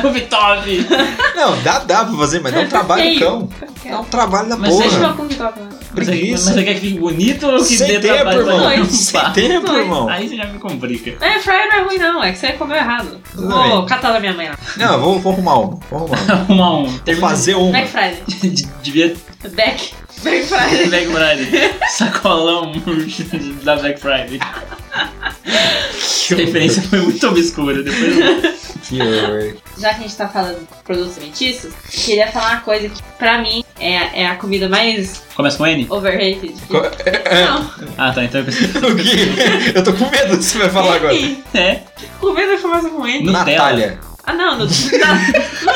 C: cooktop.
A: Não, dá, dá pra fazer, mas dá um trabalho do
B: Feio.
A: cão. Dá um trabalho da
C: Mas
A: porra.
B: Deixa eu cooktop, né?
C: Mas você- Mas
A: Preguiça.
C: você quer que fique bonito ou que
A: Sem
C: dê
A: tempo,
C: trabalho pra
A: irmão.
B: Não,
A: Sem
C: limpar?
A: tempo,
B: Não,
A: irmão.
C: Aí você já me complica.
B: É, fryer não é ruim, não. É que você comeu errado.
A: Tudo
B: Vou
A: bem.
B: catar da minha mãe lá.
A: Não, eu vou, vou arrumar um. Vou arrumar um.
C: Uma a um.
A: Vou
C: Termina-
A: fazer uma.
B: Black Friday.
C: Devia ter
B: Back. Black Friday.
C: Black Friday. Sacolão da Black Friday. Essa referência foi muito obscura. Depois eu-
A: Que horror.
B: Já que a gente tá falando de produtos alimentícios, queria falar uma coisa que, pra mim, é, é a comida mais
C: Começa com N?
B: overrated.
A: Co- é,
B: Não.
C: Ah, tá. Então eu pensei.
A: O que? Eu tô com medo do que você vai falar agora.
B: N.
C: É.
B: Comida começa com N.
C: Nutella.
A: Natália.
B: Ah, não. No, na,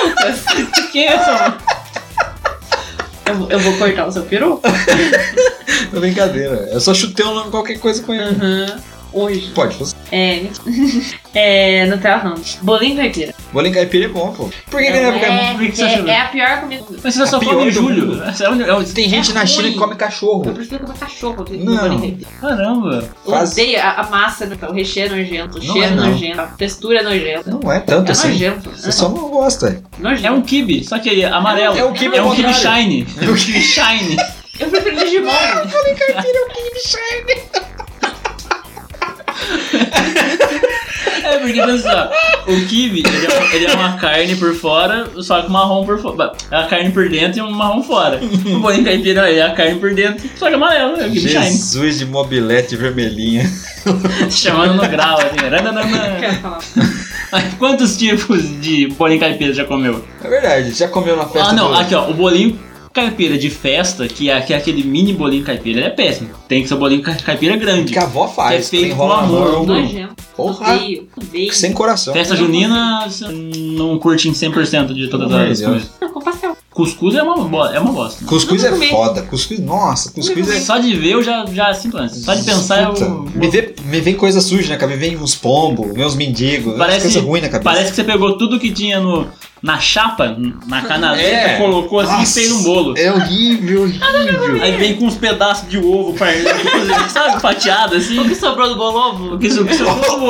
B: Lucas.
C: Quem é essa?
B: Eu, vou- eu vou cortar o seu peru?
A: É brincadeira. Eu só chutei o nome qualquer coisa com ele.
B: Aham.
C: Uhum.
B: Hoje.
A: Pode, você.
B: É, é, Nutella não. Bolinho caipira.
A: Bolinho caipira é bom, pô. Por que, que na
B: Não
A: época é
B: é,
C: por que que você
B: é-
C: achou?
B: é a pior comida do mundo.
C: Mas você só
A: A pior
C: come em
A: do
C: julho.
A: mundo.
C: Essa é a única- é o-
A: Tem gente na
B: ruim.
A: China que come
B: Eu
A: cachorro.
B: prefiro comer cachorro do que
A: Não.
B: bolinho caipira.
C: Caramba.
B: Eu
A: Faz-
B: odeio a, a massa, então, o recheio é nojento, o
A: Não
B: cheiro
A: é,
B: é
A: não.
B: nojento, a textura é nojenta.
A: Não é
C: Ah,
A: tanto
B: É
A: assim.
B: nojento.
A: Você só não gosta.
B: É nojento.
C: É um kibe, só que amarelo.
A: É o kibe
C: É
A: ao
C: um kibe
A: contrário.
C: shiny. É um kibe shiny.
B: Eu prefiro Digimon.
C: Ah, um É, porque pensa só, o kibe, ele é, uma- ele é uma carne por fora, só com marrom por fora. É a carne por dentro e um marrom fora. O bolinho caipira é a carne por dentro, só que amarelo,
A: Um
C: é o kibe shiny.
A: Jesus de mobilete vermelhinha.
C: Chamando no grau, assim. rananana.
B: Quero falar.
C: Quantos tipos de bolinho caipira já comeu?
A: É verdade, já comeu na festa
C: Ah, não,
A: do...
C: aqui ó, o bolinho caipira de festa, que é, que é aquele mini bolinho caipira, ele é péssimo. Tem que ser o bolinho ca- caipira grande.
A: Que a avó faz.
C: Que é feito
A: tem rola
C: com
A: na mão,
C: amor.
A: eu-
B: Nojento.
A: Porra.
B: Odeio. Odeio.
A: Sem coração.
C: Festa junina, você não curte em 100% de todas
A: Não,
C: as
A: eu-
C: coisas.
B: Não, com pastel.
C: Cuscuz é uma, bo- é uma bosta.
A: Cuscuz
B: Nunca
A: é
B: comi.
A: foda. Cuscuz, nossa, cuscuz é...
C: Só de ver eu já, já sinto ânsia. Só de pensar é um-
A: Puta,
C: eu.
A: Me, vê, me vem coisa suja na cabeça, me vem uns pombos, vem uns mendigos,
C: Parece-
A: coisa ruim na cabeça.
C: Parece que você pegou tudo que tinha no, na chapa, na canaleta,
A: É.
C: colocou assim
A: Nossa,
C: e fez um bolo.
A: É horrível, horrível.
C: Aí vem com uns pedaços de ovo, par- sabe, fatiado
B: O
C: assim.
B: que sobrou do bolovo?
C: O que isso o que isso- o bolo?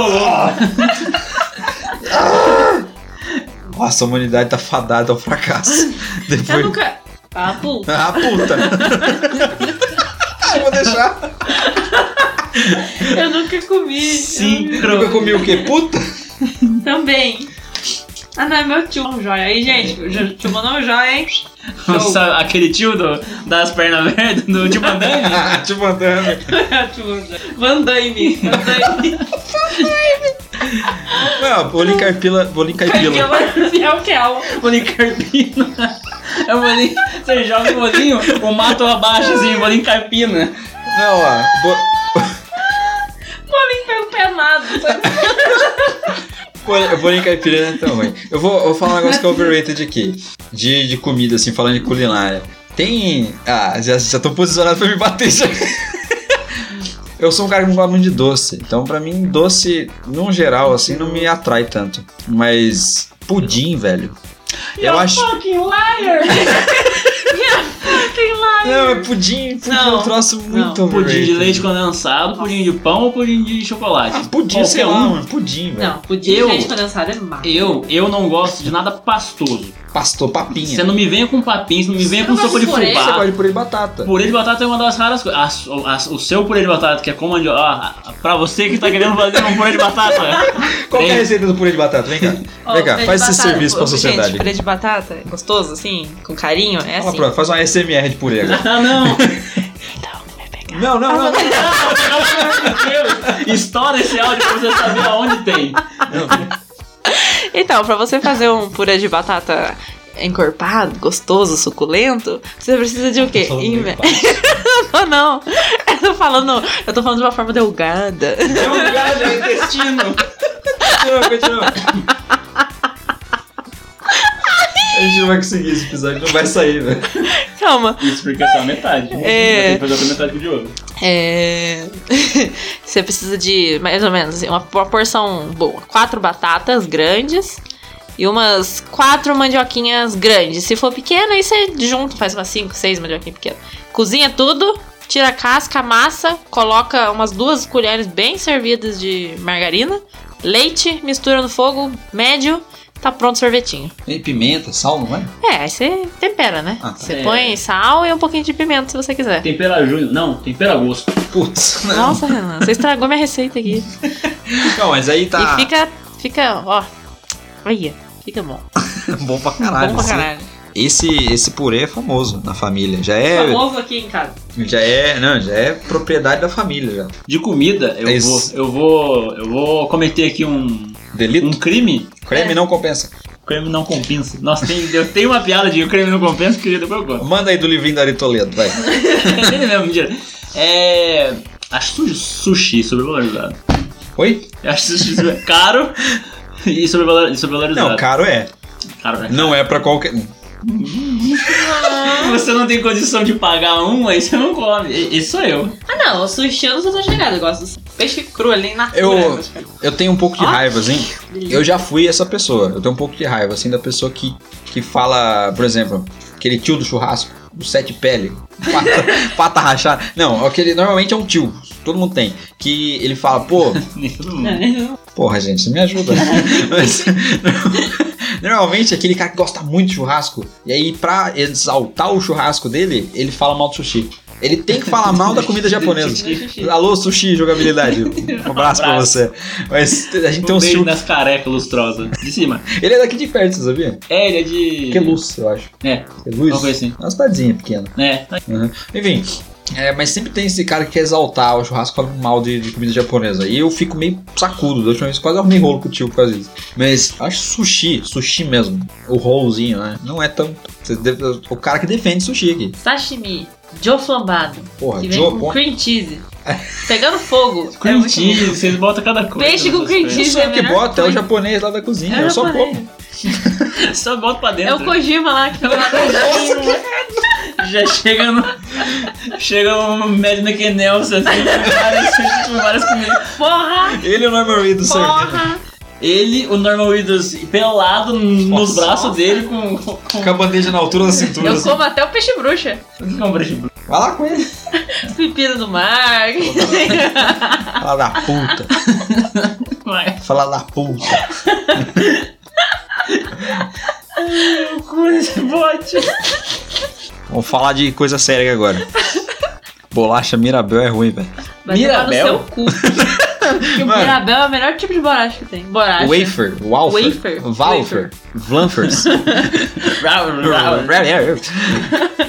A: Nossa, a humanidade tá fadada ao fracasso. Depois.
B: Eu nunca... Ah, pô.
A: Ah, puta! Ah, Eu vou deixar.
B: Eu nunca comi. Eu
A: Nunca
C: Sincro.
A: comi o quê? Puta?
B: nunca- Também. Ah, não, é meu tio. Um joia. Aí,
A: É.
B: gente, o jo- tio mandou um joia, hein? Show.
C: Sabe, aquele tio do- das pernas verdes do tipo, né?
A: Ah, Te
C: tio Bandani?
A: mandando.
B: Tio mandou um joia. Van Damme. Van Damme.
A: Não, bolinho caipila. Bolinho caipila.
B: Pela Fiel
C: Bolinho carpina. É o bolinho. Você joga o bolinho, o mato abaixa assim, bolinho carpina.
A: Não, ó. bo-
B: Bolinho pelo penado.
A: bol- Bolinho caipira não é tão ruim. Eu vou, eu vou falar um negócio que é overrated aqui. De, de comida, assim, falando de culinária. Tem. Ah, já, já tô posicionado pra me bater já. Eu sou um cara que não gosta muito de doce. Então, pra mim, doce, num geral, assim, não me atrai tanto. Mas. Pudim, velho. Eu acho.
B: é um fucking liar! You're fucking liar!
A: Não, é pudim, pudim é
B: Não.
A: um troço muito
C: Pudim de
A: overrated.
C: leite condensado, pudim de pão ou pudim de chocolate?
A: Ah, Pudim,
C: Qualquer
A: sei lá,
C: um.
A: mano. Pudim, velho.
B: é Não, pudim de
C: Eu-
B: leite condensado é má.
C: Eu, eu não gosto de nada pastoso.
A: Pastor, papinha.
C: Você não me venha com papinho, você não me venha
B: Você
C: com
B: não
C: sopa de
B: gosta de purê?
A: Você
C: fubá.
A: gosta de purê de batata.
C: Purê de batata é uma das raras coisas. As- o- as- o seu purê de batata, que é com mandioca. ó, Pra você que tá querendo fazer um purê de batata.
A: Qual que é a
C: Tem.
A: receita do purê de batata? Vem cá.
B: Ó,
A: Vem cá,
B: purê de
A: faz esse
B: batata-
A: serviço pra
B: Ô,
A: sociedade.
B: Gente, purê de batata, gostoso assim, com carinho, é
A: Fala
B: assim.
A: pra- faz uma SMR de purê agora.
C: Ah, não!
A: Não, não, não. não.
C: Meu Deus! Estoura esse áudio pra você saber aonde tem.
B: Então, pra você fazer um purê de batata encorpado, gostoso, suculento, você precisa de o quê?
A: Falando
B: Inve-
A: meio baixo.
B: não, não. Eu tô falando, eu tô falando de uma forma delgada.
A: É um lugar, é intestino. Continua, continua. A gente não vai conseguir esse episódio, não vai sair, velho.
B: Calma.
C: Isso porque é só a metade.
B: É.
C: Tem que fazer outra metade com o Diogo.
B: É... você precisa de mais ou menos assim, uma, uma porção boa. Quatro batatas grandes e umas quatro mandioquinhas grandes. Se for pequena, aí você junta, faz umas cinco, seis mandioquinhas pequenas. Cozinha tudo, tira a casca, amassa, coloca umas duas colheres bem servidas de margarina, leite, mistura no fogo, médio, tá pronto o sorvetinho.
A: Tem pimenta, sal, não é?
B: É, aí você tempera, né?
A: Ah, tá.
B: você
C: É.
B: põe sal e um pouquinho de pimenta se você quiser.
C: Tempera junho. Não, tempera agosto.
A: Putz, não.
B: Nossa, Renan, você estragou minha receita aqui.
A: Não, mas aí tá
B: E fica, fica, ó. Aí, fica bom.
A: bom pra caralho.
B: bom pra
A: assim.
B: caralho.
A: Esse, esse purê é famoso na família. Já é.
B: Famoso aqui em casa.
A: Já é. Não, já é propriedade da família já.
C: De comida, eu
A: É isso.
C: vou. Eu vou. Eu vou cometer aqui um.
A: Delito.
C: Um crime.
A: Creme não compensa.
C: Creme não compensa. Nossa, tem, eu tenho uma piada de creme não compensa que depois eu conto.
A: Manda aí do livrinho da Ari Toledo, vai.
C: É dele mesmo, mentira. É. Acho su- sushi sobrevalorizado.
A: Oi?
C: Eu Acho sushi sobre- caro e sobrevalor- e sobrevalorizado.
A: Não, caro é.
C: Caro, né?
A: Não é pra qualquer.
C: Você não tem condição de pagar um, aí você não come. E- Esse sou eu.
B: Ah não, o sushi eu não sou tão chegada, eu gosto do peixe cru ali na
A: Eu- Eu tenho um pouco de
B: Ó.
A: raiva, assim. Eu já fui essa pessoa. Eu tenho um pouco de raiva, assim, da pessoa que, que fala, por exemplo, aquele tio do churrasco, do sete pele, pata, pata rachada. Não, aquele normalmente é um tio, todo mundo tem. Que ele fala, pô,
C: Nem todo mundo.
B: Eu...
A: porra, gente, você me ajuda. Mas, normalmente é aquele cara que gosta muito de churrasco. E aí, pra exaltar o churrasco dele, ele fala mal do sushi. Ele tem que falar mal da comida japonesa. Alô, sushi, jogabilidade. Um abraço pra
C: abraço.
A: você. Mas a gente tem um
C: beijo
A: tio.
C: nas carecas lustrosas. De cima.
A: Ele é daqui de perto, você sabia?
C: É, ele é de.
A: Que luz, eu acho.
C: É,
A: Que luz?
C: uma coisa assim.
A: Uma cidadezinha pequena.
C: É.
A: Enfim, é, mas sempre tem esse cara que quer exaltar o churrasco falando mal de, de comida japonesa. E eu fico meio sacudo. Da última vez quase arrumei rolo com o tio por causa disso. Mas acho sushi, sushi mesmo. O rolozinho, né? Não é tão. você deve- o cara que defende sushi aqui.
B: Sashimi, Joe flambado,
A: Porra,
B: que vem
A: Ah, Joe,
B: com
A: põe-
B: cream cheese, pegando fogo. É
C: Cream
B: muito
C: cheese,
B: bom.
C: vocês botam cada coisa.
B: Peixe com
C: nessas
B: cream
C: coisas.
A: Não
B: cheese.
A: sei
B: é a
A: o que
B: melhor
A: bota, é o
B: coisa.
A: japonês lá da cozinha.
B: É
A: eu só
B: japonês.
A: como.
C: Só bota pra
B: É
C: dentro.
B: o Kojima lá que
C: Já chega no. Chega no médio no que Nelson, assim, com várias, com várias comidas.
B: Porra!
A: Ele é o Norman Reedus.
B: Porra!
C: Ele, o Norman Reedus, pelado nos
A: Nossa.
C: braços dele com. com, com,
A: Com a bandeja na altura da cintura.
B: Eu
A: assim.
B: como até o peixe bruxa.
C: com brejo.
A: Vai lá com ele.
B: Pepino do mar.
A: Fala da puta.
C: Vai.
A: Fala da puta.
C: Eu cu nesse bote.
A: Vamos falar de coisa séria agora. Bolacha Mirabel é ruim, velho.
B: Vai tomar no
C: Mirabel?
B: seu cu. Porque o
A: Mano.
B: Mirabel é o melhor tipo de bolacha que tem. Bolacha.
A: Wafer, Walfer,
B: Wafer.
A: Valfer, Vlanfers.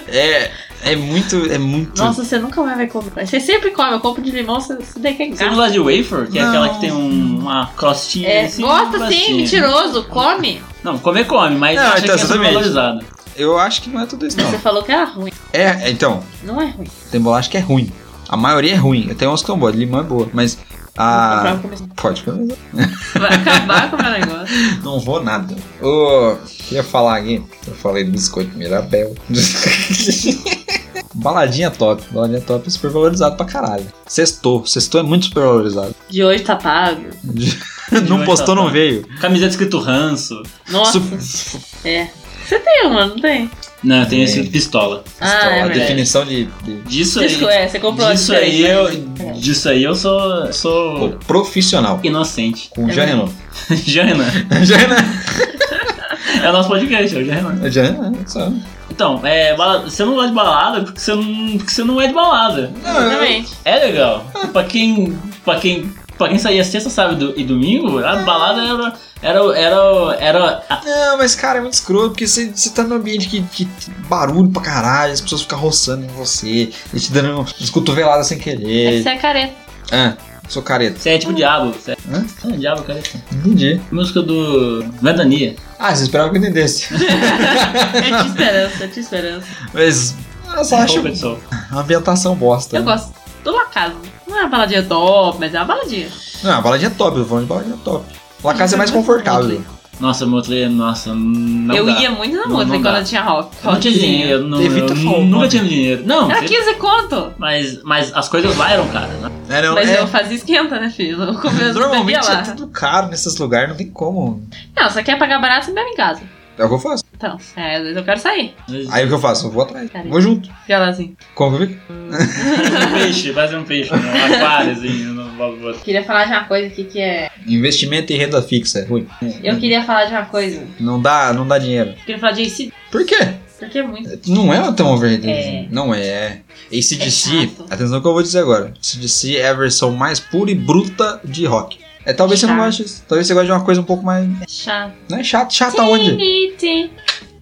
A: é, é muito, é muito.
B: Nossa, você nunca mais vai comprar. Você sempre come. Eu compro de limão, você, você tem que é
C: Você não
B: gastar.
C: gosta de wafer? Que é
A: Não.
C: aquela que tem um- uma crostinha
B: É,
C: assim?
B: gosta
C: uma
B: sim,
C: crostinha.
B: mentiroso. Come.
C: Não, comer come, mas
A: Não,
C: acha
A: então,
C: que é
A: exatamente.
C: valorizado.
A: Eu acho que não é tudo isso,
B: Você
A: não.
B: falou que era ruim.
A: É, então,
B: Não é ruim.
A: tem bolacha que é ruim. A maioria é ruim. Tem umas que são boas, limão é boa, mas
B: Vou
C: Ah.
A: a.
B: comprar pra comer.
A: Pode comer.
B: Vai acabar com o meu negócio.
A: Não vou nada. Ô, queria falar aqui. Eu falei do biscoito Mirabel. baladinha top. Baladinha top é super valorizado pra caralho. Sextou. Sextou é muito super valorizado.
B: De hoje tá pago.
A: não postou, não veio.
C: Camiseta escrito ranço.
B: Nossa.
A: Su-
B: É. Você tem uma, não tem?
C: Não, né, tem
A: É.
C: escrito pistola.
B: Ah, é
A: a
B: verdade.
A: definição de, de-
C: Disso aí.
B: Isso é, você comprou
C: disso
B: diferente,
C: aí
B: né?
C: eu. Disso aí eu sou. sou
A: pô, profissional.
C: inocente.
A: Com o
B: É
A: Jean Renan.
C: Jean Renan.
A: Jean Renan.
C: É o nosso podcast, é o Jean Renan.
A: Jean Renan, só.
C: Então, é, bala- você não gosta de balada porque você não, porque você não é de balada.
B: Exatamente.
C: É legal. Pra quem. Pra quem. Pra quem saía sexta, sábado e domingo, a balada era. Era. Era. era a-
A: Não, mas cara, é muito escroto, porque você, você tá num ambiente que, que tem barulho pra caralho, as
B: É
A: pessoas ficam roçando em você, e te dando umas cotoveladas sem querer.
B: Essa é a careta.
A: Ah, Sou careta.
C: Você é tipo diabo. Você é,
A: Hã?
C: você é diabo, careta.
A: Entendi.
C: Música do Vandania.
A: Ah, você esperava que eu entendesse.
B: Eu tinha É esperança, eu tinha esperança.
A: Mas eu só acho
C: Roupa de sol.
A: a ambientação
C: Tá.
A: bosta.
B: Eu
A: né?
B: gosto do Lacasa. Não é uma baladinha top, mas é uma baladinha.
A: Não, a baladinha é top, eu tô falando de baladinha top. La casa é mais confortável.
C: Nossa, Motley, nossa, não
B: eu
C: dá.
B: ia muito na
C: Não,
B: Motley
C: não
B: quando
C: dá.
B: eu tinha rock.
C: Eu Não tinha dinheiro, não,
A: Evita
C: eu
A: falar o
C: nunca
A: nome.
C: tive dinheiro. Não,
B: Era
C: você-
B: 15 conto.
C: mas, mas as coisas lá eram caras, né?
A: É, não,
B: Mas
A: é-
B: eu fazia esquenta, né, filho? Eu comia bebia
A: Normalmente
B: lá.
A: é tudo caro nesses lugares, não tem como.
B: Não, você quer pagar barato, você bebe em casa.
A: É o que eu faço.
B: Então, é, às vezes eu quero sair.
A: Aí o que eu faço? Eu vou atrás.
B: Cara,
A: Vou junto.
B: Fica lá assim.
A: Como que eu fico?
C: um peixe, fazer um peixe, um aquário, assim, no bagulho.
B: Queria falar de uma coisa aqui que é.
A: Investimento e renda fixa. é Ruim.
B: Eu queria falar de uma coisa.
A: Não dá, não dá dinheiro.
B: Eu queria falar de AC,
A: Por quê?
B: porque é muito.
A: Não é tão overrated.
B: É.
A: Não é.
B: É
A: ACDC,
B: chato.
A: atenção que eu vou dizer agora. ACDC é a versão mais pura e bruta de rock. É, talvez você não
B: Chato.
A: goste disso. Talvez você goste de uma coisa um pouco mais.
B: Chato.
A: Não é chato, chato aonde?
B: Ti, ti,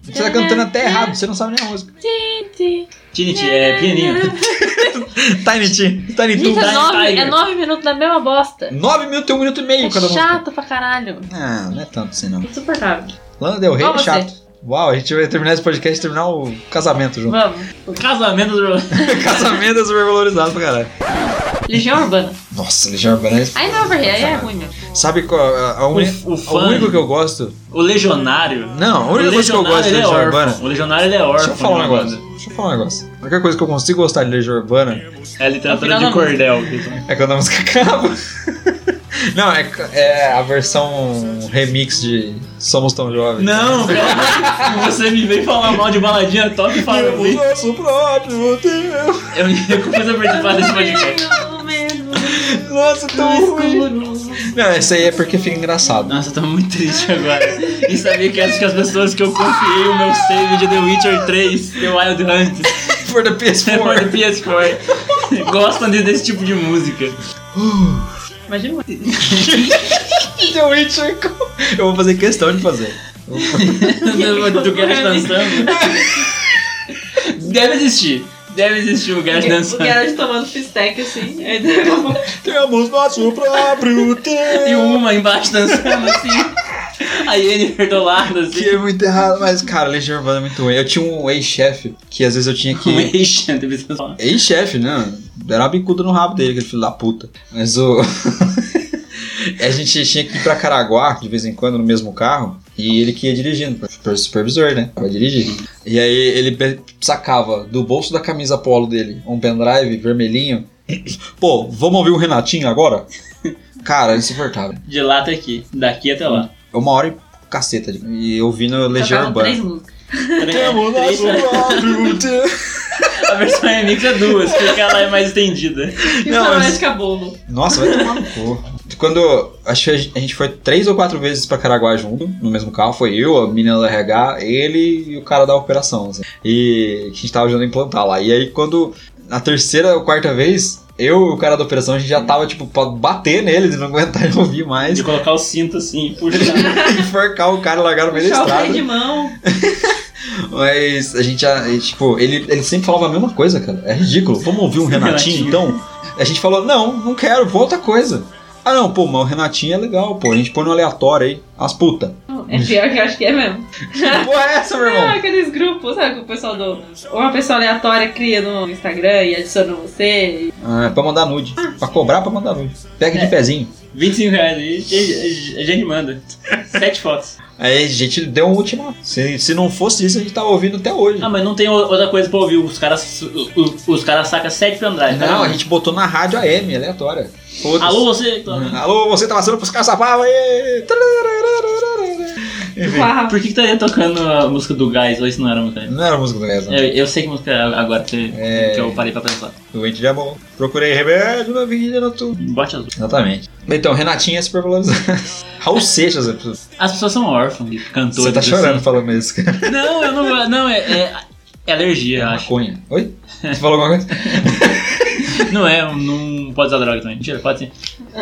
A: Você tá cantando até errado, você não sabe nem a música.
B: ti, ti.
C: Tinity, é pequenininho.
A: Tiny Tim, Tiny
B: Gente,
A: Toon.
B: é
C: Tiger.
B: nove, é nove minutos da mesma bosta.
A: 9 minutos e 1 minuto e meio
B: É
A: cada música.
B: chato pra caralho.
A: Ah, não é tanto assim não.
B: Insuportável.
A: Lana Del Rey
B: Qual
A: é
B: você?
A: chato. Uau, a gente vai terminar esse podcast e terminar o casamento junto.
B: Vamos.
C: Casamento do...
A: casamento é super valorizado pra caralho.
B: Legião Urbana.
A: Nossa, Legião Urbana. é-
B: Aí não é overhead, aí é ruim mesmo.
A: Sabe qual é a, a uni-
C: O, o
A: o
C: fã,
A: único que eu gosto?
C: o legionário.
A: Não, a
C: O
A: única coisa que eu
C: legionário,
A: gosto de
C: ele é
A: Legião Urbana.
C: órfão. O legionário, ele é órfão.
A: Deixa eu falar um
C: de uma
A: negócio. Deixa eu falar um negócio. A única coisa que eu consigo gostar de Legião Urbana
C: É a literatura
B: Afinal,
C: de
B: não-
C: cordel.
A: é quando a música acaba. Não, é, é a versão remix de Somos Tão Jovens.
C: Não, pelo amor de Deus, você me veio falar mal de baladinha top e fala
A: Temos
C: eu,
A: nosso próprio tempo.
C: eu me recuso a participar desse podcast.
A: Nossa, tão ruim. Não, esse aí é porque fica engraçado.
C: Nossa, eu tô muito triste agora. E saber que acho que as pessoas que eu confiei o meu save de The Witcher 3, The Wild Hunt,
A: For the
C: for the
A: PS4.
C: PS4, gostam de- desse tipo de música.
B: Imagina muito.
A: The Witcher. Eu vou fazer questão de fazer.
C: Do Garage dançando. Deve existir. Deve existir o Garage
B: O
C: dançando.
B: Garage tomando fistec assim. aí
A: Temos nosso próprio
C: E
A: tempo.
C: uma embaixo dançando assim. A Yennefer do lado assim.
A: Que é muito errado, mas cara, Legião Urbana é muito ruim. Eu tinha um ex-chefe que às vezes eu tinha
C: Um
A: que.
C: eixo, deve ser só.
A: Ex-chefe, né? Era uma bicuda no rabo dele, aquele filho da puta. Mas o. a gente tinha que ir pra Caraguá de vez em quando no mesmo carro. E ele que ia dirigindo, pro supervisor, né? Vai dirigir. E aí ele pe- sacava do bolso da camisa polo dele um pendrive vermelhinho. Pô, vamos ouvir o Renatinho agora? Cara, insuportável.
C: De lá até aqui. Daqui até lá.
A: É uma hora e caceta. de- E ouvindo Legião
B: Tocavam
A: Urbana.
B: Tá três
A: Temos
B: músicas.
A: nosso próprio tempo.
C: A versão remix é duas, porque ela é mais estendida.
B: E o
A: Não,
B: Samuel
A: mas-
B: de Cabolo.
A: Nossa, vai tomar no cu. Quando. Acho que a gente- a gente foi três ou quatro vezes pra Caraguá junto, no mesmo carro. Foi eu, a menina do RH, ele e o cara da operação. assim. E a gente tava ajudando a implantar lá. E aí, quando. Na terceira ou quarta vez, eu e o cara da operação, a gente já tava, tipo, pra bater nele, de não aguentar ouvir mais.
C: De
A: e é
C: colocar o cinto assim, puxa.
A: Enforcar o cara e largar no meio da
B: Puxar o freio
A: estrada.
B: de mão.
A: Mas a gente, já- e, tipo, ele, ele sempre falava a mesma coisa, cara. É ridículo. Vamos ouvir um Renatinho,
C: Renatinho.
A: então? A gente falou, não, não quero, vou outra coisa. Ah, não, pô, mas o Renatinho é legal, pô. A gente põe no aleatório aí, as puta.
B: É pior que eu acho que é mesmo.
A: Que porra é essa, meu
B: Ah,
A: irmão?
B: aqueles grupos, sabe? Que o pessoal do. Ou uma pessoa aleatória cria no Instagram e adiciona você.
A: Ah, é pra mandar nude. Pra cobrar, pra mandar nude. Pega de pezinho.
C: 25 reais aí, a gente manda. Sete fotos.
A: Aí a gente deu um ultimato. Se, se não fosse isso, a gente tava ouvindo até hoje.
C: Ah, mas não tem o- outra coisa pra ouvir. Os caras os, os caras sacam sete pendrive. tá?
A: Não, a gente botou na rádio AM, aleatória. Foda-se.
C: Alô, você?
A: Alô, você tá passando pros caçapava aí. Enfim,
B: Uau.
C: Por que, que tá aí tocando a música do Gás? Ou isso não era a música?
A: não era música do Reza.
C: Eu, eu sei que música é agora que, que eu parei pra pensar.
A: Doente de amor. Procurei remédio na vida noturna.
C: Bote azul.
A: Exatamente. Então, Renatinha é super valorizada. Raul Seixas, é tudo.
C: As pessoas são órfãs de cantores.
A: você tá
C: assim.
A: chorando falando isso, cara.
C: Não, eu não. Não, é, é, é alergia, eu acho.
A: Maconha. Oi? Você falou alguma coisa?
C: Não é, não pode usar droga também. Mentira, pode sim.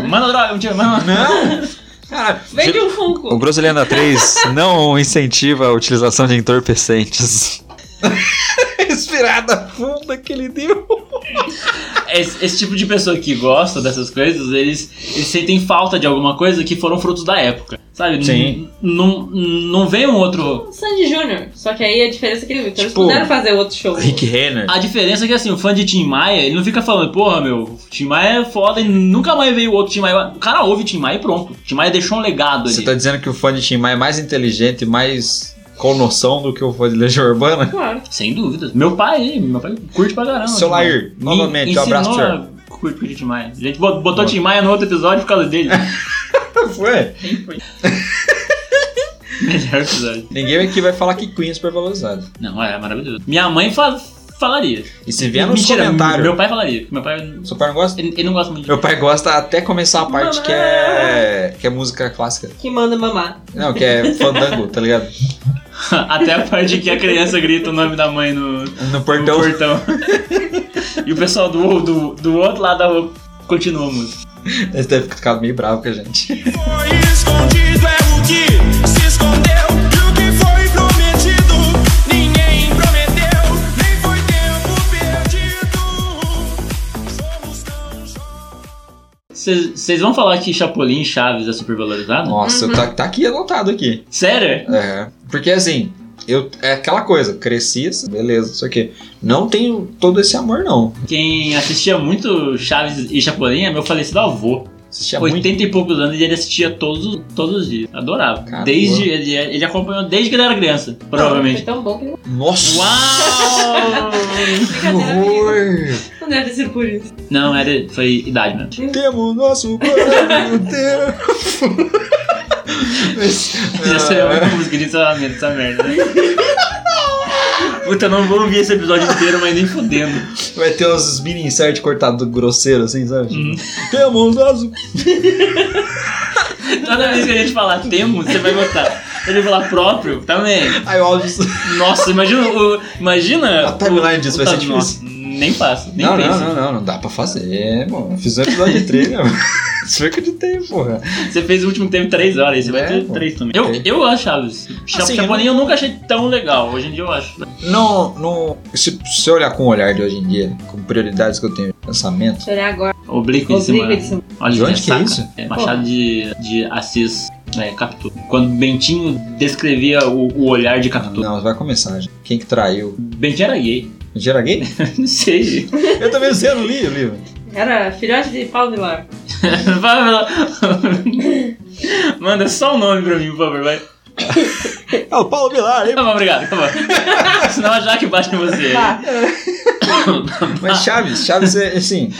C: Manda droga, mentira, manda.
A: Não! Cara,
B: Vende um
A: o
B: Funko.
A: Groselhanda 3 não incentiva a utilização de entorpecentes. Respirada funda que ele deu.
C: Esse, esse tipo de pessoa que gosta dessas coisas, eles, eles sentem falta de alguma coisa que foram frutos da época. Sabe?
A: Sim.
C: Não, não vem um outro.
B: O Sandy Júnior. Só que aí a diferença é que ele- então eles
A: Tipo,
B: puderam fazer outro show.
A: Rick Renner.
C: A diferença é que assim, o fã de Tim Maia, ele não fica falando, porra, meu, Tim Maia é foda e nunca mais veio outro Tim Maia. O cara ouve Tim Maia e pronto. Tim Maia deixou um legado
A: Você
C: ali.
A: tá dizendo que o fã de Tim Maia é mais inteligente, mais com noção do que o fã de Legião Urbana?
B: Claro.
C: Sem dúvidas. Meu pai, meu pai curte pra caramba.
A: Seu
C: Tim Maia.
A: Lair,
C: Me
A: novamente, um abraço pro
C: ensinou
A: senhor.
C: a Curtir curtir Tim Maia. A gente bot- botou Tim Maia no outro episódio por causa dele.
A: Ué,
C: Quem foi? Melhor episódio.
A: ninguém aqui vai falar que Queen é supervalorizado.
C: Não, é maravilhoso. Minha mãe fa- falaria.
A: E se vier nos
C: Mentira,
A: comentários.
C: Meu pai falaria. Meu pai. Ele,
A: Seu pai não gosta?
C: ele não gosta muito de
A: Meu pai gosta até começar a parte que é. que é música clássica.
B: Que manda mamar.
A: Não, que é fandango, tá ligado?
C: Até a parte que a criança grita o nome da mãe no, no
A: No portão.
C: portão. e o pessoal do, do, do outro lado da rua continua a música.
A: Eles devem ficar meio bravo com a gente.
D: Foi escondido é o que se escondeu e o que foi prometido. Ninguém prometeu, nem foi tempo perdido. Somos tão jovens.
C: Vocês vocês vão falar que Chapolin e Chaves é super valorizado?
A: Nossa, tá, tá aqui anotado aqui.
C: Sério?
A: É. Porque assim, eu, é aquela coisa, cresci, assim, beleza, isso aqui. Não tenho todo esse amor, não.
C: Quem assistia muito Chaves e Chapolin é meu falecido avô.
A: Assistia É muito.
C: 80 e poucos anos e ele assistia todos, todos os dias. Adorava.
A: Caramba.
C: Desde, ele, ele acompanhou desde que ele era criança,
B: Foi
C: provavelmente.
B: tão bom que não
A: Nossa!
C: Uau!
A: Que horror!
B: não deve ser por isso.
C: Não, era, foi idade mesmo.
A: Temos nosso próprio tempo. Mas,
C: Já sei, é a
A: ah,
C: única música de encerramento dessa merda. né? Puta, eu não vou ouvir esse episódio inteiro, mas nem fudendo.
A: Vai ter uns mini insert cortado grosseiro, assim, sabe? Temos nosso.
C: Toda vez que a gente falar temos, você vai gostar. Ele falar próprio, também.
A: Aí o áudio.
C: Nossa, imagina o. Imagina.
A: A timeline disso vai ser
C: time-
A: difícil.
C: Nossa, nem passa, nem
A: Não, não,
C: pensa.
A: não, não, não dá pra fazer, mano. Eu Fiz um episódio de trilha, mano. Isso que eu editei, porra.
C: Você fez o último tempo três horas, você vai
A: É,
C: ter
A: pô.
C: três também. Eu,
A: Ok.
C: eu acho Chaves. Cha-
A: Assim,
C: Chapolin eu nunca achei tão legal. Hoje em dia eu acho.
A: Não, não. Se você olhar com o olhar de hoje em dia, com prioridades que eu tenho de pensamento.
B: Deixa eu olhar agora.
C: Oblíquo de
B: Obriga
C: semana.
B: ele se-
C: Olha
A: De onde
C: né,
A: que é
C: saca?
A: isso?
C: Machado de, de Assis é, Capitu. Quando Bentinho descrevia o, o olhar de Capitu.
A: Não, vai começar. gente. Quem que traiu?
C: Bentinho era gay.
A: Mentira gay?
C: Não sei.
A: Eu também sei, eu não li o livro.
B: Era filhote de Paulo Vilar.
C: Vai, vai lá. Manda só o nome pra mim, por favor. Vai.
A: É o Paulo Vilar, hein?
C: Tá bom, obrigado. Tá bom. Senão a Jaque bate em
A: É.
C: você.
B: Tá.
A: Mas Chaves, Chaves é assim.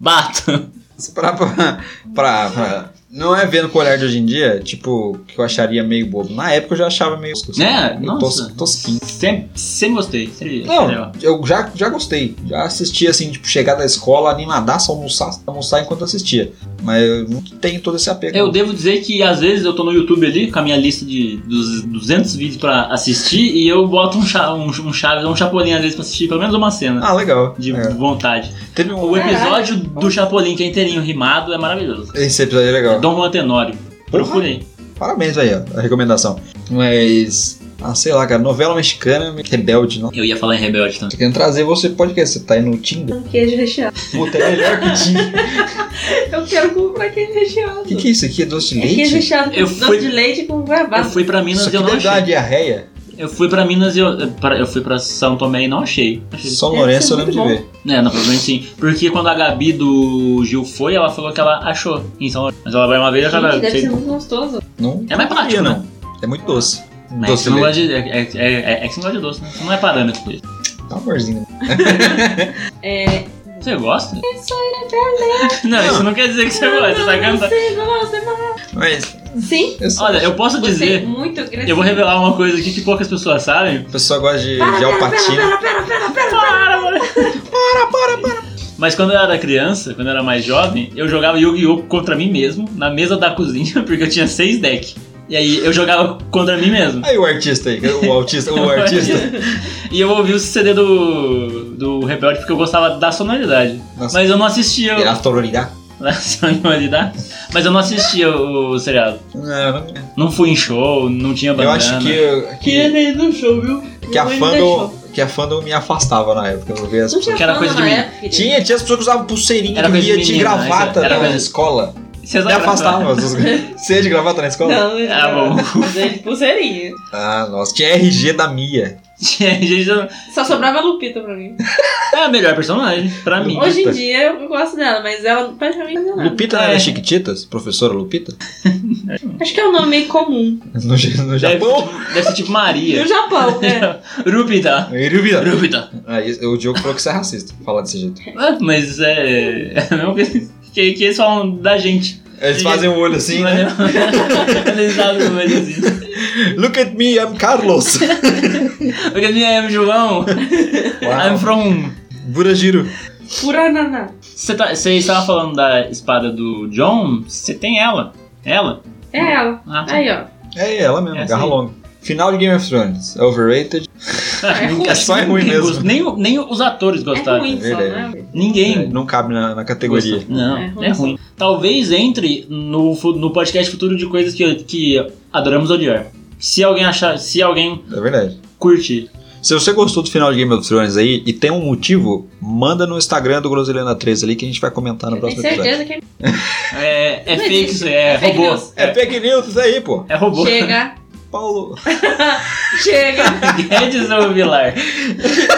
C: Bato.
A: Se parar pra, pra, pra- Não é vendo com o olhar de hoje em dia, tipo, que eu acharia meio bobo. Na época eu já achava meio.
C: Né?
A: meio tos-
C: Nossa.
A: tosquinho.
C: Sempre, sempre gostei. Sempre achei
A: Não,
C: legal.
A: eu já, já gostei. Já assisti assim, tipo, chegar da escola, animadaço, almoçar, almoçar enquanto assistia. Mas eu não tenho todo esse apego.
C: É, Eu devo dizer que às vezes eu tô no YouTube ali com a minha lista de dos 200 vídeos pra assistir e eu boto um, cha, um, um Chaves ou um Chapolin às vezes pra assistir pelo menos uma cena.
A: Ah, legal.
C: De
A: É.
C: vontade.
A: Teve um.
C: O episódio do Chapolin, que é inteirinho rimado, é maravilhoso.
A: Esse episódio é legal.
C: Dom Juan Tenório. Procurei.
A: Parabéns aí, ó, a recomendação. Mas. Ah, sei lá, cara, novela mexicana, rebelde, não.
C: Eu ia falar em Rebelde também.
A: Tô querendo trazer você podcast, você tá aí no Tinder?
B: Com Um queijo recheado.
A: Puta, é melhor que o Tinder.
B: Eu quero comprar queijo recheado.
A: O que, que é isso aqui? É doce de
B: É queijo
A: leite?
B: recheado com
C: Eu
B: doce
C: fui-
B: de leite com
C: Eu
B: goiabada.
C: fui pra Minas
A: Isso
C: e eu
A: aqui é
C: não
A: deve dar uma
C: achei.
A: diarreia.
C: Eu fui pra Minas e eu. eh, pra- Eu fui pra São Tomé e não achei. Achei.
A: São
B: Deve
A: Lourenço
B: ser
A: eu lembro de
B: muito
A: ver.
C: É, não, provavelmente sim. Porque quando a Gabi do Gil foi, ela falou que ela achou em São Lourenço. Mas ela vai uma vez e
B: Gente,
C: acaba.
B: deve
C: sei-
B: ser muito gostoso.
A: Não,
C: É mais prático,
A: não.
C: né?
A: É muito doce.
C: Mas
A: doce
C: você
A: de
C: não
A: leite.
C: gosta de. É, é, é- é que você não gosta de doce, né? Você não é parâmetro disso.
A: Dá um amorzinho.
B: É.
C: Você gosta? Não, isso não quer dizer que você gosta, você tá cantando.
B: Você gosta, mas-
A: Mas.
B: Sim,
A: eu só-
C: Olha, eu posso
B: você é
C: dizer.
B: muito agressivo.
C: Eu vou revelar uma coisa aqui que poucas pessoas sabem.
A: A pessoa gosta de,
B: Para,
A: de
B: pera, pera,
A: alpatina.
B: pera, pera, pera, pera.
C: Para, para, para, Mas quando eu era criança, quando eu era mais jovem, eu jogava Yu-Gi-Oh! contra mim mesmo, na mesa da cozinha, porque eu tinha seis decks. E aí eu jogava contra mim mesmo.
A: Aí o artista aí, o autista, o artista.
C: E eu ouvi o CD do, do Rebelde porque eu gostava da sonoridade.
A: Nossa,
C: Mas eu não assistia.
A: ele autoridade.
C: Da sonoridade. Mas eu não assistia o, o seriado.
A: Não,
C: É Não fui em show, não tinha
A: eu
C: bandana.
A: acho que,
B: Que
A: que,
B: ele no show, viu?
A: que a
B: Minha mãe
A: fã
B: me deixou.
A: do, que a fandom me afastava na época. Eu via as
E: Não tinha
A: pessoas...
C: Que era
E: fama
C: coisa de
E: na
C: menino.
B: é,
E: época, querido.
A: Tinha, tinha as pessoas que usavam pulseirinha
C: Era
A: que
C: coisa de
A: via de
C: menino,
A: gravata
C: mas era
A: na
C: coisa de-
A: escola.
C: Vocês né?
A: Me
C: não
A: afastava. Você ia de gravata na escola?
E: Não, eu
C: Ah, bom.
E: Mas é de pulseirinha.
A: Ah, nossa. Tinha RG da Mia.
C: Tinha gente. não-
E: Só sobrava a Lupita pra mim.
C: É a melhor personagem, pra mim.
E: Hoje em dia eu gosto dela, mas ela praticamente não fazia nada.
A: Lupita não
C: É.
A: era Chiquititas? Professora Lupita?
E: Acho que é um nome meio comum.
A: No, Ja- no
C: Deve,
A: Japão? É.
C: deve ser tipo
E: No
C: Maria.
E: Japão, né?
C: Rupita.
A: Erubida.
C: Rupita.
A: Aí Ah, o Diogo falou que você é racista, falar desse jeito.
C: Ah, Mas é. É a mesma coisa que, que eles falam da gente.
A: Eles fazem o olho assim,
C: Mas
A: né?
C: eu- Eles sabem como eles dizem.
E: é.
A: Look at me, I'm Carlos.
C: Porque minha é João. I'm
A: Uau.
C: from.
A: Burajiro.
E: Furananá.
C: Você tá, você estava falando da espada do John? Você tem ela. Ela?
E: É ela.
C: Ah, tá.
E: Aí, ó.
A: É ela mesmo,
C: Essa
A: garra
C: aí.
A: longa. Final de Game of Thrones. Overrated.
E: É ruim.
C: Acho que
A: Só é ruim
C: ninguém
A: mesmo.
C: gosta. Nem, o- nem os atores
E: É
C: gostaram.
E: ruim só,
A: verdade.
E: né?
C: Ninguém.
A: Não cabe na, na É, categoria.
C: Não,
E: É
C: é
E: ruim.
C: ruim. Talvez entre no, fu- no podcast futuro de coisas que, que adoramos odiar. Se alguém achar, se alguém
A: É verdade.
C: curtir.
A: Se você gostou do final de Game of Thrones aí e tem um motivo, manda no Instagram do Groselhana 3 ali que a gente vai comentar no
E: Eu tenho
A: próximo episódio.
E: certeza que é
C: É, é
E: Não
C: fake,
E: existe.
C: isso é,
E: fake
C: robô.
E: news.
A: É fake news isso aí, pô.
C: É robô.
E: Chega.
A: Paulo.
E: Chega.
C: Guedes ou Vilar?